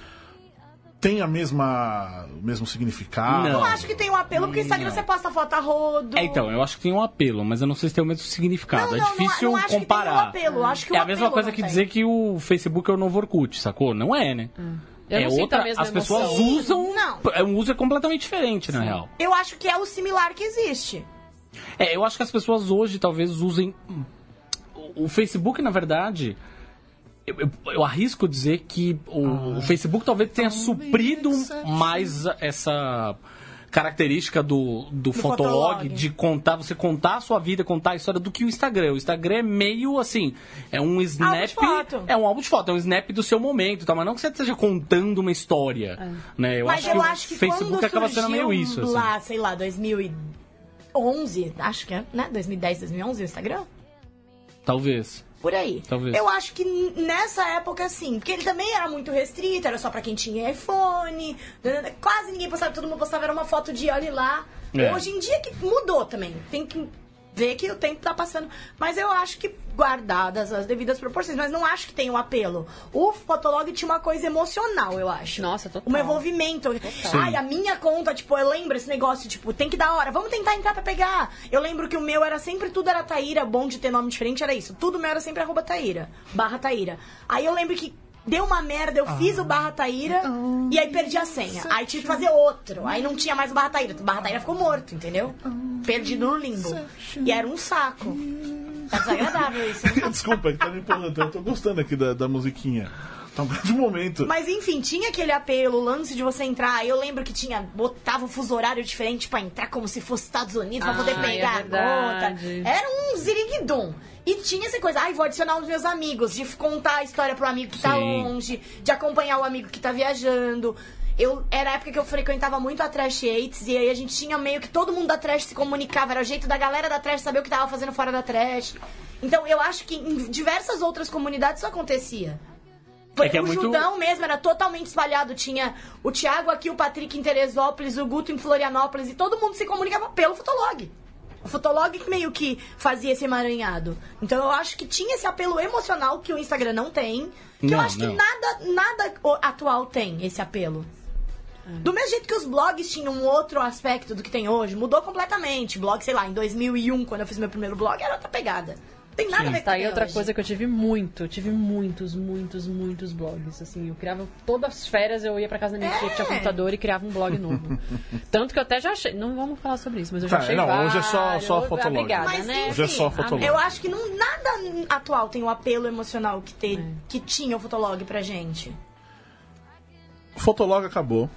S2: Tem a mesma. o mesmo significado?
S1: Não.
S3: Eu acho que tem um apelo, porque o Instagram você posta foto a rodo.
S1: É, então, eu acho que tem um apelo, mas eu não sei se tem o mesmo significado.
S3: Não,
S1: é
S3: não, não,
S1: difícil
S3: não acho que tem um
S1: comparar.
S3: apelo, eu acho que o
S1: é a mesma
S3: apelo
S1: coisa
S3: não
S1: que
S3: tem.
S1: dizer que o Facebook é o novo Orkut, sacou? Não é, né?
S4: Hum. Eu
S1: é
S4: não sinto a
S1: outra.
S4: mesma
S1: as pessoas
S4: emoção.
S1: usam.
S3: Não.
S1: É um uso completamente diferente, na real.
S3: Eu acho que é o similar que existe.
S1: É, eu acho que as pessoas hoje talvez usem. O Facebook, na verdade. Eu, eu- eu arrisco dizer que o,
S3: Ah.
S1: o Facebook talvez tenha suprido mais essa característica do, do, fotolog,
S3: fotolog.
S1: de contar, você contar a sua vida, contar a história do que o Instagram. O Instagram é meio assim, é um snap,
S3: foto.
S1: é um álbum de foto, é um snap do seu momento, tá? Mas não que você esteja contando uma história, né? Eu
S3: É. Mas
S1: acho que
S3: eu
S1: o
S3: acho que
S1: Facebook
S3: quando
S1: acaba sendo
S3: surgiu
S1: meio isso, assim.
S3: lá, sei lá, 2011, acho que é, né? 2010, 2011 o Instagram?
S1: Talvez.
S3: Por aí.
S1: Talvez.
S3: Eu acho que n- nessa época, sim. Porque ele também era muito restrito, era só pra quem tinha iPhone. nanana, Quase ninguém postava, todo mundo postava, era uma foto de olhe lá.
S1: É.
S3: Hoje em dia que mudou também. Tem que ver que o tempo tá passando. Mas eu acho que guardadas as devidas proporções. Mas não acho que tem um apelo. O Fotolog tinha uma coisa emocional, eu acho.
S4: Nossa, total.
S3: Um envolvimento. Ai, a minha conta, tipo, eu lembro esse negócio, tipo, tem que dar hora, vamos tentar entrar pra pegar. Eu lembro que o meu era sempre tudo era Taíra, bom de ter nome diferente, era isso. Tudo meu era sempre arroba Taíra, barra Taíra. Aí eu lembro que deu uma merda, eu fiz o barra Taíra e aí perdi a senha. Aí tive que fazer outro. Aí não tinha mais o barra Taíra. O barra Taíra ficou morto, entendeu? Perdido no limbo. E era um saco. Tá desagradável isso. né?
S2: é Desculpa, que tá me empolgando, eu tô gostando aqui da, da musiquinha. Tá um grande momento.
S3: Mas enfim, tinha aquele apelo, o lance de você entrar. Eu lembro que tinha, botava um fuso horário diferente pra entrar como se fosse Estados Unidos pra
S4: Ah,
S3: poder
S4: é
S3: pegar a
S4: verdade.
S3: gota. Era um ziriguidum. E tinha essa coisa, ai, vou adicionar os meus amigos, de contar a história pro amigo que tá
S5: Sim.
S3: longe, de acompanhar o amigo que tá viajando. Eu, era a época que eu frequentava muito a Trash Hates, e aí a gente tinha meio que todo mundo da Trash se comunicava, era o jeito da galera da Trash saber o que tava fazendo fora da Trash. Então eu acho que em diversas outras comunidades isso acontecia.
S1: É que é
S3: o
S1: muito-
S3: Judão mesmo era totalmente espalhado. Tinha o Thiago aqui, o Patrick em Teresópolis, o Guto em Florianópolis e todo mundo se comunicava pelo Fotolog. O Fotolog que meio que fazia esse emaranhado. Então eu acho que tinha esse apelo emocional que o Instagram não tem. Que eu
S1: Não,
S3: acho
S1: não.
S3: que nada, nada o- atual tem esse apelo.
S4: É.
S3: Do mesmo jeito que os blogs tinham um outro aspecto do que tem hoje, mudou completamente. Blog, sei lá, em 2001, quando eu fiz meu primeiro blog, era outra pegada. Não tem nada a ver com
S4: Tá, e
S3: tem
S4: outra
S3: hoje.
S4: coisa que eu tive muito, eu tive muitos, muitos, muitos blogs, assim, eu criava, todas as férias eu ia pra casa da minha tia
S3: É.
S4: que tinha computador e criava um blog novo. Tanto que eu até já achei, não vamos falar sobre isso, mas eu já
S2: Tá,
S4: achei
S2: não, hoje é só-
S4: vários,
S2: só fotolog.
S4: obrigada,
S3: Mas,
S4: né?
S3: enfim,
S2: Hoje é só fotolog.
S3: Eu acho que não, nada atual tem o apelo emocional que, te, que tinha o Fotolog pra gente.
S2: O Fotolog acabou.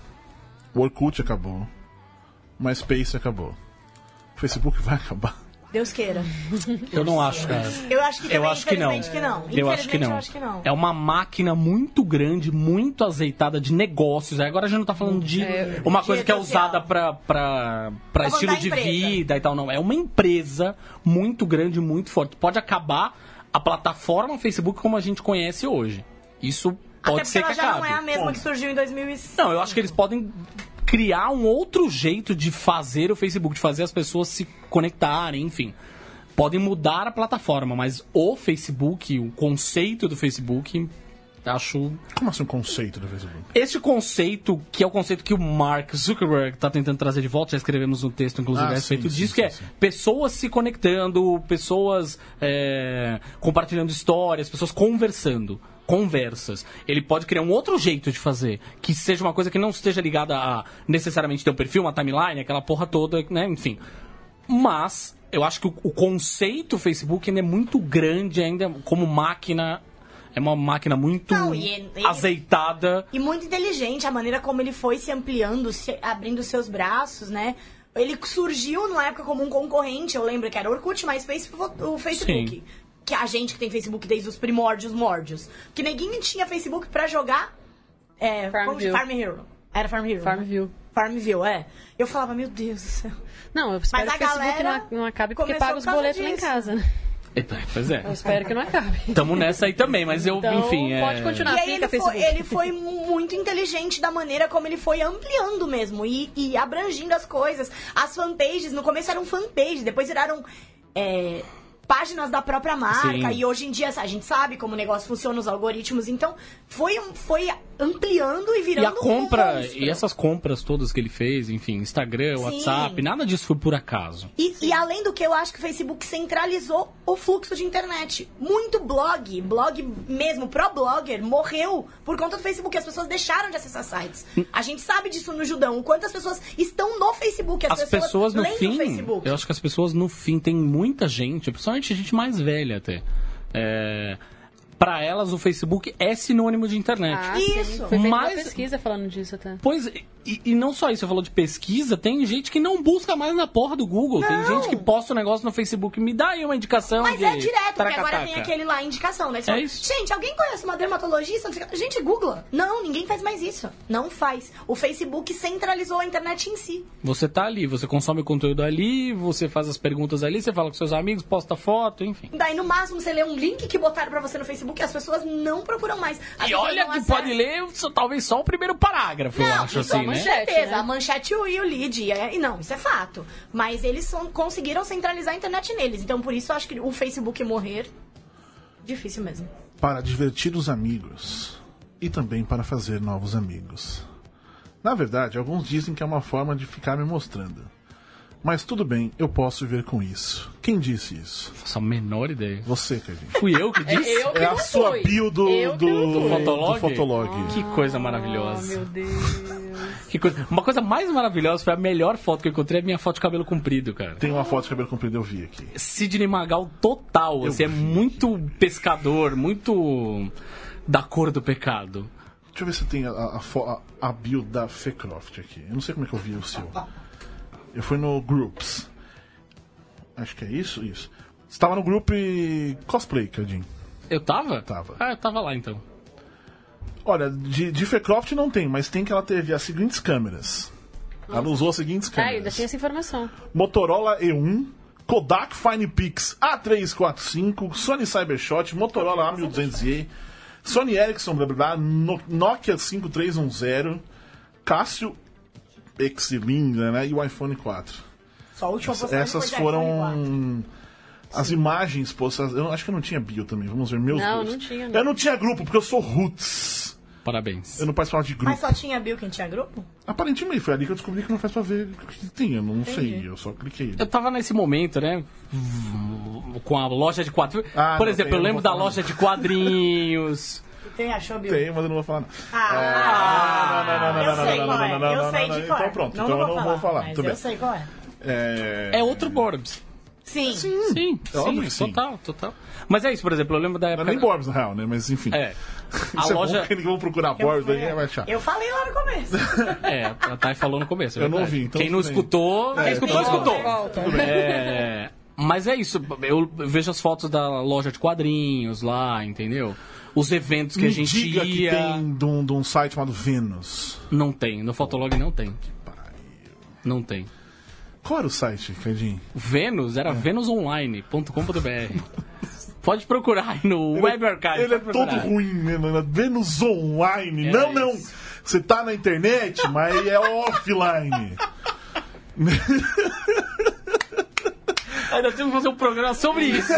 S2: O Orkut acabou. O MySpace acabou. O Facebook vai acabar.
S3: Deus queira.
S1: Eu não acho, cara.
S3: Eu acho que também,
S1: Eu acho que não.
S3: infelizmente, que não.
S1: Eu acho que
S3: Infelizmente,
S1: não.
S3: eu acho que não.
S1: É uma máquina muito grande, muito azeitada de negócios. Aí Agora a gente não tá falando de
S4: É,
S1: uma coisa que é
S3: rede social.
S1: usada pra, pra, pra
S3: Tá falando
S1: estilo
S3: da
S1: de
S3: empresa.
S1: vida e tal. Não, é uma empresa muito grande, muito forte. Pode acabar a plataforma Facebook como a gente conhece hoje. Isso pode
S3: Até porque
S1: ser que
S3: ela já
S1: acabe.
S3: não é a mesma que surgiu em 2005.
S1: Não, eu acho que eles podem criar um outro jeito de fazer o Facebook, de fazer as pessoas se conectarem, enfim. Podem mudar a plataforma, mas o Facebook, o conceito do Facebook, acho.
S2: Como assim o conceito do Facebook?
S1: Este conceito, que é o conceito que o Mark Zuckerberg está tentando trazer de volta, já escrevemos um texto, inclusive,
S2: Ah,
S1: a respeito
S2: sim,
S1: disso,
S2: sim,
S1: que
S2: sim,
S1: é pessoas se conectando, pessoas é, compartilhando histórias, pessoas conversando. Conversas. Ele pode criar um outro jeito de fazer, que seja uma coisa que não esteja ligada a necessariamente teu perfil, uma timeline, aquela porra toda, né? Enfim. Mas eu acho que o, o conceito Facebook ainda é muito grande, ainda como máquina. É uma máquina muito
S3: Não, e ele- ele-
S1: azeitada.
S3: E muito inteligente a maneira como ele foi se ampliando, se abrindo seus braços, né? Ele surgiu numa época como um concorrente, eu lembro que era o Orkut, mas face- o Facebook.
S1: Sim.
S3: Que é a gente que tem Facebook desde os primórdios, mórdios. Que ninguém tinha Facebook pra jogar é,
S4: Farm
S3: como-
S4: Hero.
S3: Farm Hero. Era Farm Hero. né?
S4: Farmville.
S3: Farmville, é. Eu falava, meu Deus do céu.
S4: Não, eu espero
S3: Mas a
S4: que o Facebook
S3: galera
S4: não, não acabe porque
S3: começou
S4: paga os
S3: por causa
S4: boletos lá em
S3: disso.
S4: casa. né?
S1: Epa, Pois é.
S4: Eu espero que não acabe.
S1: Tamo nessa aí também, mas eu,
S4: Então,
S1: enfim. é-
S4: pode
S3: E
S4: continuar. Ah,
S3: aí
S4: fica
S3: ele foi,
S4: Facebook.
S3: ele foi mu- muito inteligente da maneira como ele foi ampliando mesmo e, e abrangindo as coisas. As fanpages, no começo eram fanpages, depois viraram é, páginas da própria marca.
S1: Sim.
S3: E hoje em dia a gente sabe como o negócio funciona, os algoritmos. Então foi, um- foi ampliando e
S1: E
S3: virando
S1: a
S3: um
S1: compra,
S3: monstro.
S1: e essas compras todas que ele fez, enfim, Instagram,
S3: Sim.
S1: WhatsApp, nada disso foi por acaso.
S3: E, e além do que, eu acho que o Facebook centralizou o fluxo de internet. Muito blog, blog mesmo, pro-blogger, morreu por conta do Facebook. As pessoas deixaram de acessar sites. A gente sabe disso no Judão. O quanto as pessoas estão no Facebook. As,
S1: As pessoas no
S3: leem o
S1: fim,
S3: Facebook.
S1: eu acho que as pessoas no fim tem muita gente, principalmente gente mais velha até. É, para elas o Facebook é sinônimo de internet.
S4: Ah,
S3: Isso.
S4: Sim. Foi feita
S1: Mas-
S4: uma pesquisa falando disso tá? até.
S1: Pois, e, e não só isso, você falou de pesquisa, tem gente que não busca mais na porra do Google. Tem gente que posta um negócio no Facebook, me dá aí uma indicação
S3: Mas
S1: de
S3: é direto, porque agora
S1: Tracataca.
S3: tem aquele lá, indicação, né? Você
S1: É
S3: fala,
S1: isso.
S3: Gente, alguém conhece uma dermatologista? Não sei o que. Gente, googla. Não, ninguém faz mais isso. Não faz. O Facebook centralizou a internet em si.
S1: Você tá ali, você consome o conteúdo ali, você faz as perguntas ali, você fala com seus amigos, posta foto, enfim.
S3: Daí, no máximo, você lê um link que botaram pra você no Facebook e as pessoas não procuram mais. As
S1: E
S3: pessoas
S1: olha
S3: não
S1: que
S3: acessam.
S1: pode ler só- talvez só o primeiro parágrafo, eu acho,
S3: isso é
S1: assim,
S3: uma
S1: né?
S4: manchete.
S3: certeza.
S4: né?
S3: A manchete e o- e o lead. é- e não, isso é fato. Mas eles são- conseguiram centralizar a internet neles. Então, por isso, eu acho que o Facebook morrer... Difícil mesmo.
S2: Para divertir os amigos e também para fazer novos amigos. Na verdade, alguns dizem que é uma forma de ficar me mostrando. Mas tudo bem, eu posso viver com isso. Quem disse isso?
S1: Nossa, a menor ideia.
S2: Você, Kevin.
S1: Fui eu que disse?
S4: eu que
S2: É a
S4: não
S2: sua
S4: fui.
S2: bio do,
S4: Eu que não
S2: do,
S4: fui.
S2: do
S1: Fotolog?
S2: Fotolog.
S1: Que coisa
S4: Ah,
S3: Oh,
S1: maravilhosa.
S4: meu Deus.
S1: que coisa... Uma coisa mais maravilhosa foi a melhor foto que eu encontrei, é a minha foto de cabelo comprido, cara.
S2: Tem uma foto de cabelo comprido, eu vi aqui.
S1: Sidney Magal total, assim, é muito pescador, muito da cor do pecado.
S2: Deixa eu ver se tem a, a, fo- a- a bio da Fecroft aqui. Eu não sei como é que eu vi o seu. Eu fui no Groups. Acho que é isso? Isso. Você tava no grupo e cosplay, Cadinho.
S1: Eu tava?
S2: Tava.
S1: Ah, eu tava lá então.
S2: Olha, de, de Fecroft não tem, mas tem que ela teve as seguintes câmeras. Ela usou as seguintes
S4: Ah, eu ainda
S2: câmeras.
S4: tinha essa informação.
S2: Motorola E1, Kodak Finepix A345, Sony Cybershot, Motorola A1200E, Sony Ericsson, blá blá blá, No- Nokia 5310, Casio Exilinga, né, e o iPhone 4.
S3: Só a última postagem
S2: Essas
S3: foi de iPhone quatro.
S2: foram as imagens postas. Eu acho que eu não tinha bio também, vamos ver, meus
S4: Não,
S2: gostos.
S4: não tinha, não.
S2: Eu não tinha grupo, porque eu sou roots.
S1: Parabéns.
S2: Eu não participava de grupo.
S3: Mas só tinha Bill quem tinha grupo?
S2: Aparentemente, foi ali que eu descobri que não faz pra ver o que tem. Eu não sei, eu só cliquei.
S1: Eu tava nesse momento, né? Com a loja de quadrinhos.
S2: Ah,
S1: Por
S2: não
S1: exemplo, eu
S2: tem, eu
S1: lembro
S2: não vou
S1: da
S2: falar.
S1: loja de quadrinhos.
S3: Tem, achou Bill?
S2: Tem, mas eu não vou falar. nada.
S3: Ah,
S2: não, não,
S3: eu
S2: não,
S3: sei
S2: não,
S3: qual
S2: não, não, não,
S3: é. Eu
S2: não,
S3: sei
S2: não,
S3: de
S2: não,
S3: qual.
S2: então pronto, então eu não vou falar,
S3: Mas
S2: tudo bem.
S3: eu sei qual é.
S2: É...
S1: É outro Borbs.
S3: Sim.
S1: Sim,
S2: é óbvio que sim.
S1: total, total. Mas é isso, por exemplo, eu lembro da
S2: Não
S1: época.
S2: é nem Borbs, na real, né? Mas enfim.
S1: É. A
S2: Isso é
S1: loja.
S2: bom que ninguém vai procurar
S3: Eu
S2: Borbs,
S3: falei-
S2: daí vai achar.
S3: Eu falei lá no começo.
S1: É, a Thay falou no começo. é
S2: Eu não
S1: verdade.
S2: ouvi, então
S1: Quem não
S2: tudo bem.
S1: escutou, quem
S2: É,
S1: escutou,
S2: tudo bem.
S1: escutou. É, mas é isso, eu vejo as fotos da loja de quadrinhos lá, entendeu? Os eventos que
S2: Me
S1: a gente
S2: diga que
S1: ia.
S2: tem de um, de um site chamado Venus.
S1: Não tem, no Fotolog não tem. Não tem.
S2: Qual era o site, Cadinho?
S1: Vênus
S2: É.
S1: era venusonline.com.br. Pode procurar aí no Web Archive.
S2: Ele é
S1: pode procurar.
S2: todo ruim, né? mano? Venus Online.
S1: É
S2: não, não.
S1: isso.
S2: Você tá na internet, mas é offline.
S1: Ainda temos que fazer um programa sobre isso.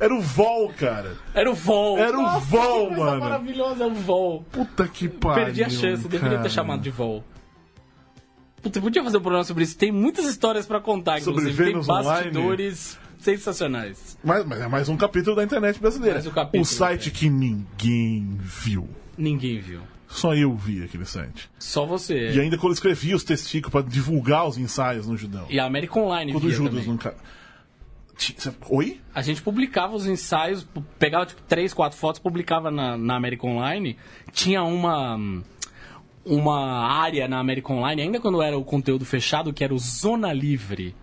S2: Era o Vol, cara.
S1: Era o Vol.
S2: Era o Vol,
S1: que coisa
S2: mano.
S1: maravilhosa, é o Vol.
S2: Puta que pariu.
S1: Perdi a chance, deveria
S2: cara.
S1: ter chamado de Vol. Puta, eu podia fazer um programa sobre isso. Tem muitas histórias pra contar,
S2: Sobre
S1: inclusive. Tem
S2: Vênus Online?
S1: bastidores sensacionais.
S2: Mas, mas é mais um capítulo da internet brasileira.
S1: Mais um capítulo,
S2: o site que ninguém viu.
S1: Ninguém viu.
S2: Só eu vi aquele site.
S1: Só você.
S2: E ainda quando eu escrevi os texticos pra divulgar os ensaios no Judão.
S1: E a América Online
S2: quando o
S1: via
S2: Judas
S1: também.
S2: nunca. Ti- cê- Oi?
S1: A gente publicava os ensaios, pu- pegava tipo três, quatro fotos, publicava na, na América Online. Tinha uma uma área na América Online, ainda quando era o conteúdo fechado, que era o Zona Livre.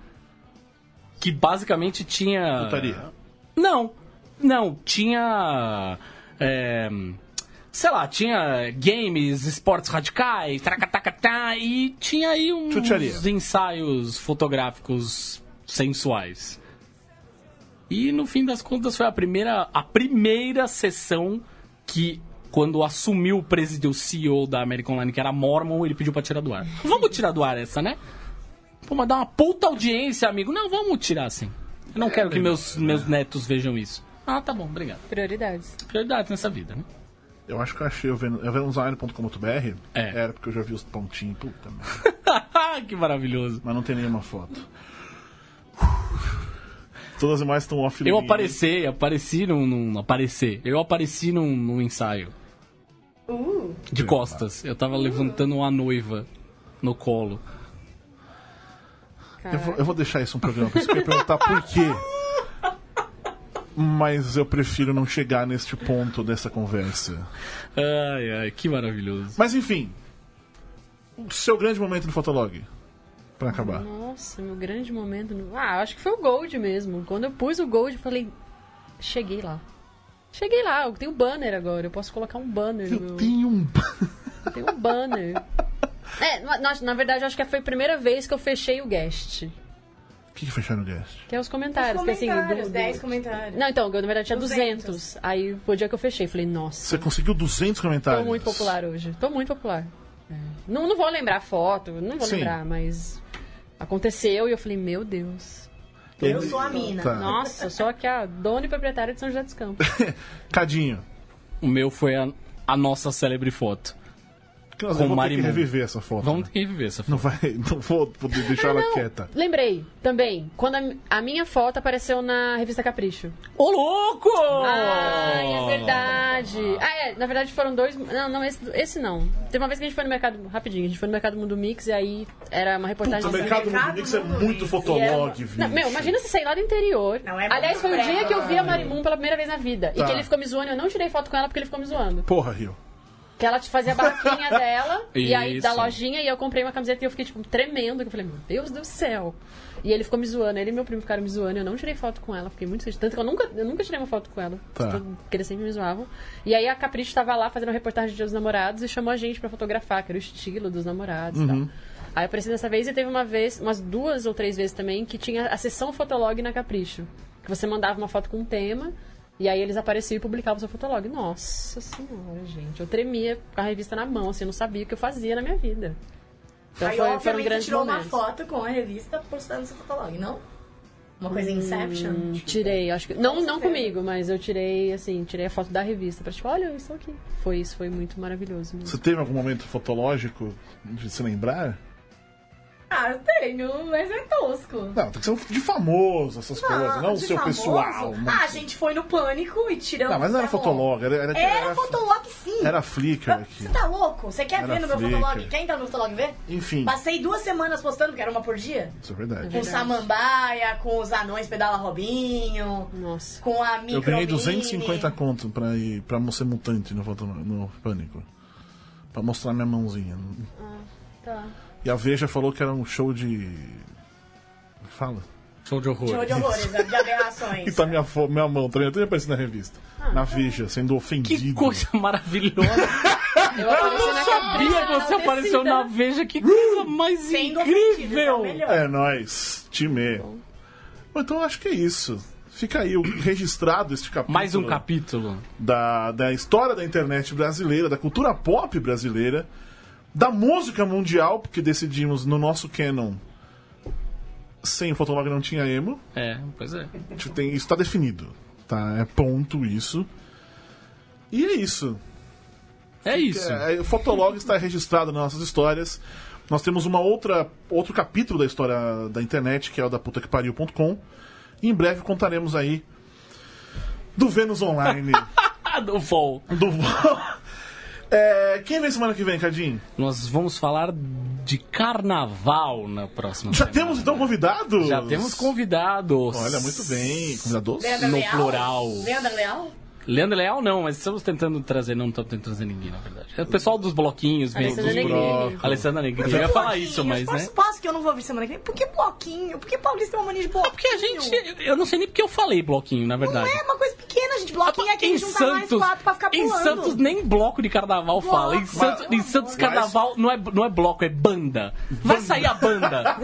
S1: Que basicamente tinha.
S2: Putaria.
S1: Não, não, tinha. é, sei lá, tinha games, esportes radicais, tracatacatá, e tinha aí uns
S2: Chucharia.
S1: ensaios fotográficos sensuais. E no fim das contas foi a primeira, a primeira sessão que, quando assumiu o presidente, o CEO da American Online, que era Mormon, ele pediu pra tirar do ar. Vamos tirar do ar essa, né? Pô, mas dá uma puta audiência, amigo. Não, vamos tirar assim. Eu não quero que meus, meus netos vejam isso. Ah, tá bom, obrigado.
S4: Prioridades.
S1: Prioridade nessa vida, né?
S2: Eu acho que eu achei o Venus- é venusline.com.br.
S1: É.
S2: Era porque eu já vi os pontinhos. Puta merda.
S1: que maravilhoso.
S2: Mas não tem nenhuma foto. Todas as imagens estão offline.
S1: Eu apareci, apareci num. num aparecer. Eu apareci num, num ensaio.
S3: Uh.
S1: De costas. Eu tava levantando uma noiva no colo.
S2: Eu vou, eu vou deixar isso um programa pra você eu ia perguntar por quê. Mas eu prefiro não chegar neste ponto dessa conversa.
S1: Ai, ai, que maravilhoso.
S2: Mas enfim. O seu grande momento no Fotolog. Pra acabar.
S4: Nossa, meu grande momento. no- Ah, acho que foi o Gold mesmo. Quando eu pus o Gold, eu falei. Cheguei lá. Cheguei lá, eu tenho banner agora. Eu posso colocar um banner no
S2: Eu
S4: meu.
S2: tenho um.
S4: Eu tenho um banner. É, na, na- na verdade, eu acho que foi a primeira vez que eu fechei o guest.
S2: O que, que fecharam o guest?
S4: Que é os comentários. que, assim, do- do-
S3: 10 comentários.
S4: Não, então, eu, na verdade tinha 200.
S3: 200.
S4: Aí foi o dia que eu fechei. Falei, nossa,
S2: Você conseguiu 200
S4: tô
S2: comentários.
S4: muito popular hoje. Tô muito popular. É. Não, não vou lembrar a foto, não vou
S2: Sim.
S4: lembrar, mas aconteceu e eu falei, meu Deus.
S3: Eu sou a mina.
S2: Tá.
S4: Nossa, eu sou aqui a dona e proprietária de São José dos Campos.
S2: Cadinho.
S1: O meu foi a, a nossa célebre foto.
S2: Que nós
S1: Com
S2: vamos ter que
S1: Marimun.
S2: reviver essa foto.
S1: Vamos
S2: né?
S1: ter que viver essa foto.
S2: Não vai. Não vou poder deixar ela
S4: Não,
S2: quieta.
S4: lembrei também, quando a, a minha foto apareceu na revista Capricho.
S3: Oh.
S1: Ô, louco!
S4: Ai, é verdade. Ah, é, na verdade foram dois. Não, não, esse, esse não. Teve uma vez que a gente foi no mercado. Rapidinho, a gente foi no mercado Mundo Mix e aí era uma reportagem.
S2: O
S3: Nossa,
S2: mercado
S3: mercado
S2: Mundo Mix é
S3: Mundo
S2: muito
S3: Mix.
S4: E era uma-
S2: fotolog,
S4: Não,
S2: viu?
S4: meu, imagina se sair lá do interior.
S3: Não, é muito
S4: Aliás, foi o
S3: brega.
S4: dia que eu vi a Marimum pela primeira vez na vida.
S2: Tá.
S4: E que ele ficou me zoando. Eu não tirei foto com ela porque ele ficou me zoando.
S2: Porra, Rio.
S4: Que ela te fazia a barraquinha dela, e aí
S1: Isso.
S4: da lojinha, e eu comprei uma camiseta e eu fiquei, tipo, tremendo. Que eu falei, meu Deus do céu. E ele ficou me zoando, ele e meu primo ficaram me zoando, eu não tirei foto com ela, fiquei muito triste. Tanto que eu nunca, eu nunca tirei uma foto com ela. Tipo,
S2: Tá.
S4: Tudo- Porque eles sempre me zoavam. E aí a Capricho tava lá fazendo uma reportagem de Dia dos namorados e chamou a gente pra fotografar, que era o estilo dos namorados e tal. Aí eu apareci dessa vez e teve uma vez, umas duas ou três vezes também, que tinha a sessão Fotolog na Capricho. Que você mandava uma foto com um tema, e aí eles apareciam e publicavam o seu fotolog. Nossa senhora, gente. Eu tremia com a revista na mão, assim, eu não sabia o que eu fazia na minha vida. Então
S3: Aí,
S4: foi- foram
S3: obviamente,
S4: grandes
S3: tirou
S4: momentos.
S3: uma foto com a revista postando seu fotolog, não? Uma coisa
S4: Hum,
S3: Inception?
S4: Tirei, acho que. Não, não
S3: certeza.
S4: comigo, mas eu tirei, assim, tirei a foto da revista pra tipo, olha, eu estou aqui. Foi isso, foi muito maravilhoso. mesmo.
S2: Você teve algum momento fotológico de se lembrar?
S3: Ah, eu tenho, mas é tosco. Ah,
S2: Não, tem que ser um de famoso, essas coisas, não o
S3: de
S2: seu
S3: famoso?
S2: pessoal.
S3: Ah, a gente foi no pânico e tiramos.
S2: Não, mas não era
S3: tá bom.
S2: fotolog, era, era,
S3: Era fotolog sim.
S2: era Flickr aqui.
S3: Você tá louco? Você quer
S2: Era
S3: ver no meu
S2: Flickr.
S3: fotolog? Quer entrar no meu fotolog e ver?
S2: Enfim,
S3: Passei duas semanas postando, que era uma por dia.
S2: isso é verdade.
S3: Com samambaia, com os anões pedala Robinho,
S4: Nossa.
S3: com a micro
S2: Eu ganhei
S3: Mini.
S2: 250 conto pra, ir, pra ser mutante no, foto- no Pânico. Pra mostrar minha mãozinha.
S4: Tá.
S2: E a Veja falou que era um show de. é Fala.
S1: Show de
S3: Show
S1: horror.
S3: de horrores, de
S2: E
S3: aberrações.
S2: tá minha, fo- minha mão também. Eu também apareci na revista.
S3: Ah.
S2: na Veja, sendo ofendido.
S1: Que coisa maravilhosa.
S4: Eu apareci na
S1: Bia,
S4: cabeça
S1: você apareceu na Veja.
S3: Hum!
S1: Que coisa mais
S3: Sendo ofendido, é o
S1: incrível.
S3: melhor.
S2: É nóis. Time. Bom, então eu acho que é isso. Fica aí o- registrado este capítulo.
S1: Mais um capítulo.
S2: da, da história da internet brasileira, da cultura pop brasileira, da música mundial, porque decidimos no nosso canon sem o Fotolog não tinha emo.
S1: É, pois é.
S2: Tipo, tem- isso tá definido. Tá? É ponto isso. E é isso.
S1: É isso.
S2: É, é, o Fotolog está registrado nas nossas histórias. Nós temos uma outra, outro capítulo da história da internet, que é o da puta que pariu.com. E em breve contaremos aí do Vênus Online.
S1: Ah, do Vol.
S2: do É, Quem vem semana que vem, Cadinho?
S1: Nós vamos falar de carnaval na próxima
S2: Já
S1: semana.
S2: temos então convidados?
S1: Já temos convidados.
S2: Olha, muito bem. Convidados?
S3: Leandro
S1: no
S3: Leal?
S1: plural.
S3: Leandro Leal?
S1: Leandro Leal não, mas estamos tentando trazer, não estamos tentando trazer ninguém, na verdade. É o pessoal dos bloquinhos mesmo.
S4: Alessandra
S1: dos
S4: Negrini.
S1: bloquinhos. Alessandra Negrini. Eu ia falar isso, mas,
S3: posso,
S1: né?
S3: Posso que eu não vou vir semana que vem? Por que bloquinho? Por que paulista tem uma mania de bloquinho?
S1: É Porque a gente... Eu não sei nem porque eu falei bloquinho, na
S3: Não
S1: verdade.
S3: é uma coisa pequena, gente. Bloquinho é quem
S1: em
S3: junta mais
S1: Santos,
S3: quatro pra ficar
S1: em
S3: pulando.
S1: Santos nem bloco de carnaval fala. Em Santos, em Santos carnaval não é, não é bloco, é banda. Vai sair a banda.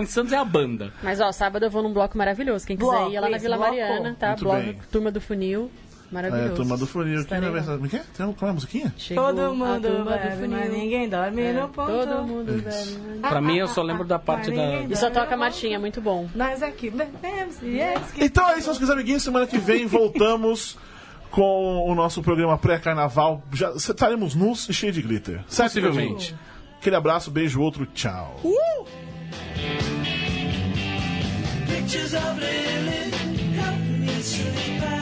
S1: em Santos é a banda.
S4: Mas ó, sábado eu vou num bloco maravilhoso. Quem quiser
S3: Bloco,
S4: ir é lá na
S3: isso,
S4: Vila
S3: bloco.
S4: Mariana, tá?
S2: Muito
S4: bloco
S2: bem.
S4: Turma do Funil.
S2: É,
S4: Maravilhoso.
S2: turma do funil aqui na
S4: Estarei lá.
S2: verdade. Como é que é? Tem uma musiquinha?
S4: Chegou
S3: Todo
S4: a
S3: mundo
S4: turma do
S3: bebe, mas
S4: funil.
S3: ninguém dorme
S4: É,
S3: no ponto.
S4: Todo mundo bebe.
S1: Pra mim, eu só lembro da parte da...
S4: E só toca a Martinha, muito bom.
S3: Nós aqui bebemos e eles que...
S2: Então é isso, meus queridos amiguinhos. Semana que vem voltamos com o nosso programa pré-carnaval. Já estaremos nus e cheio de glitter. Certo,
S1: Possivelmente.
S2: Cadinho? Aquele abraço, beijo, outro, tchau.
S7: pictures of Lily help me sleep at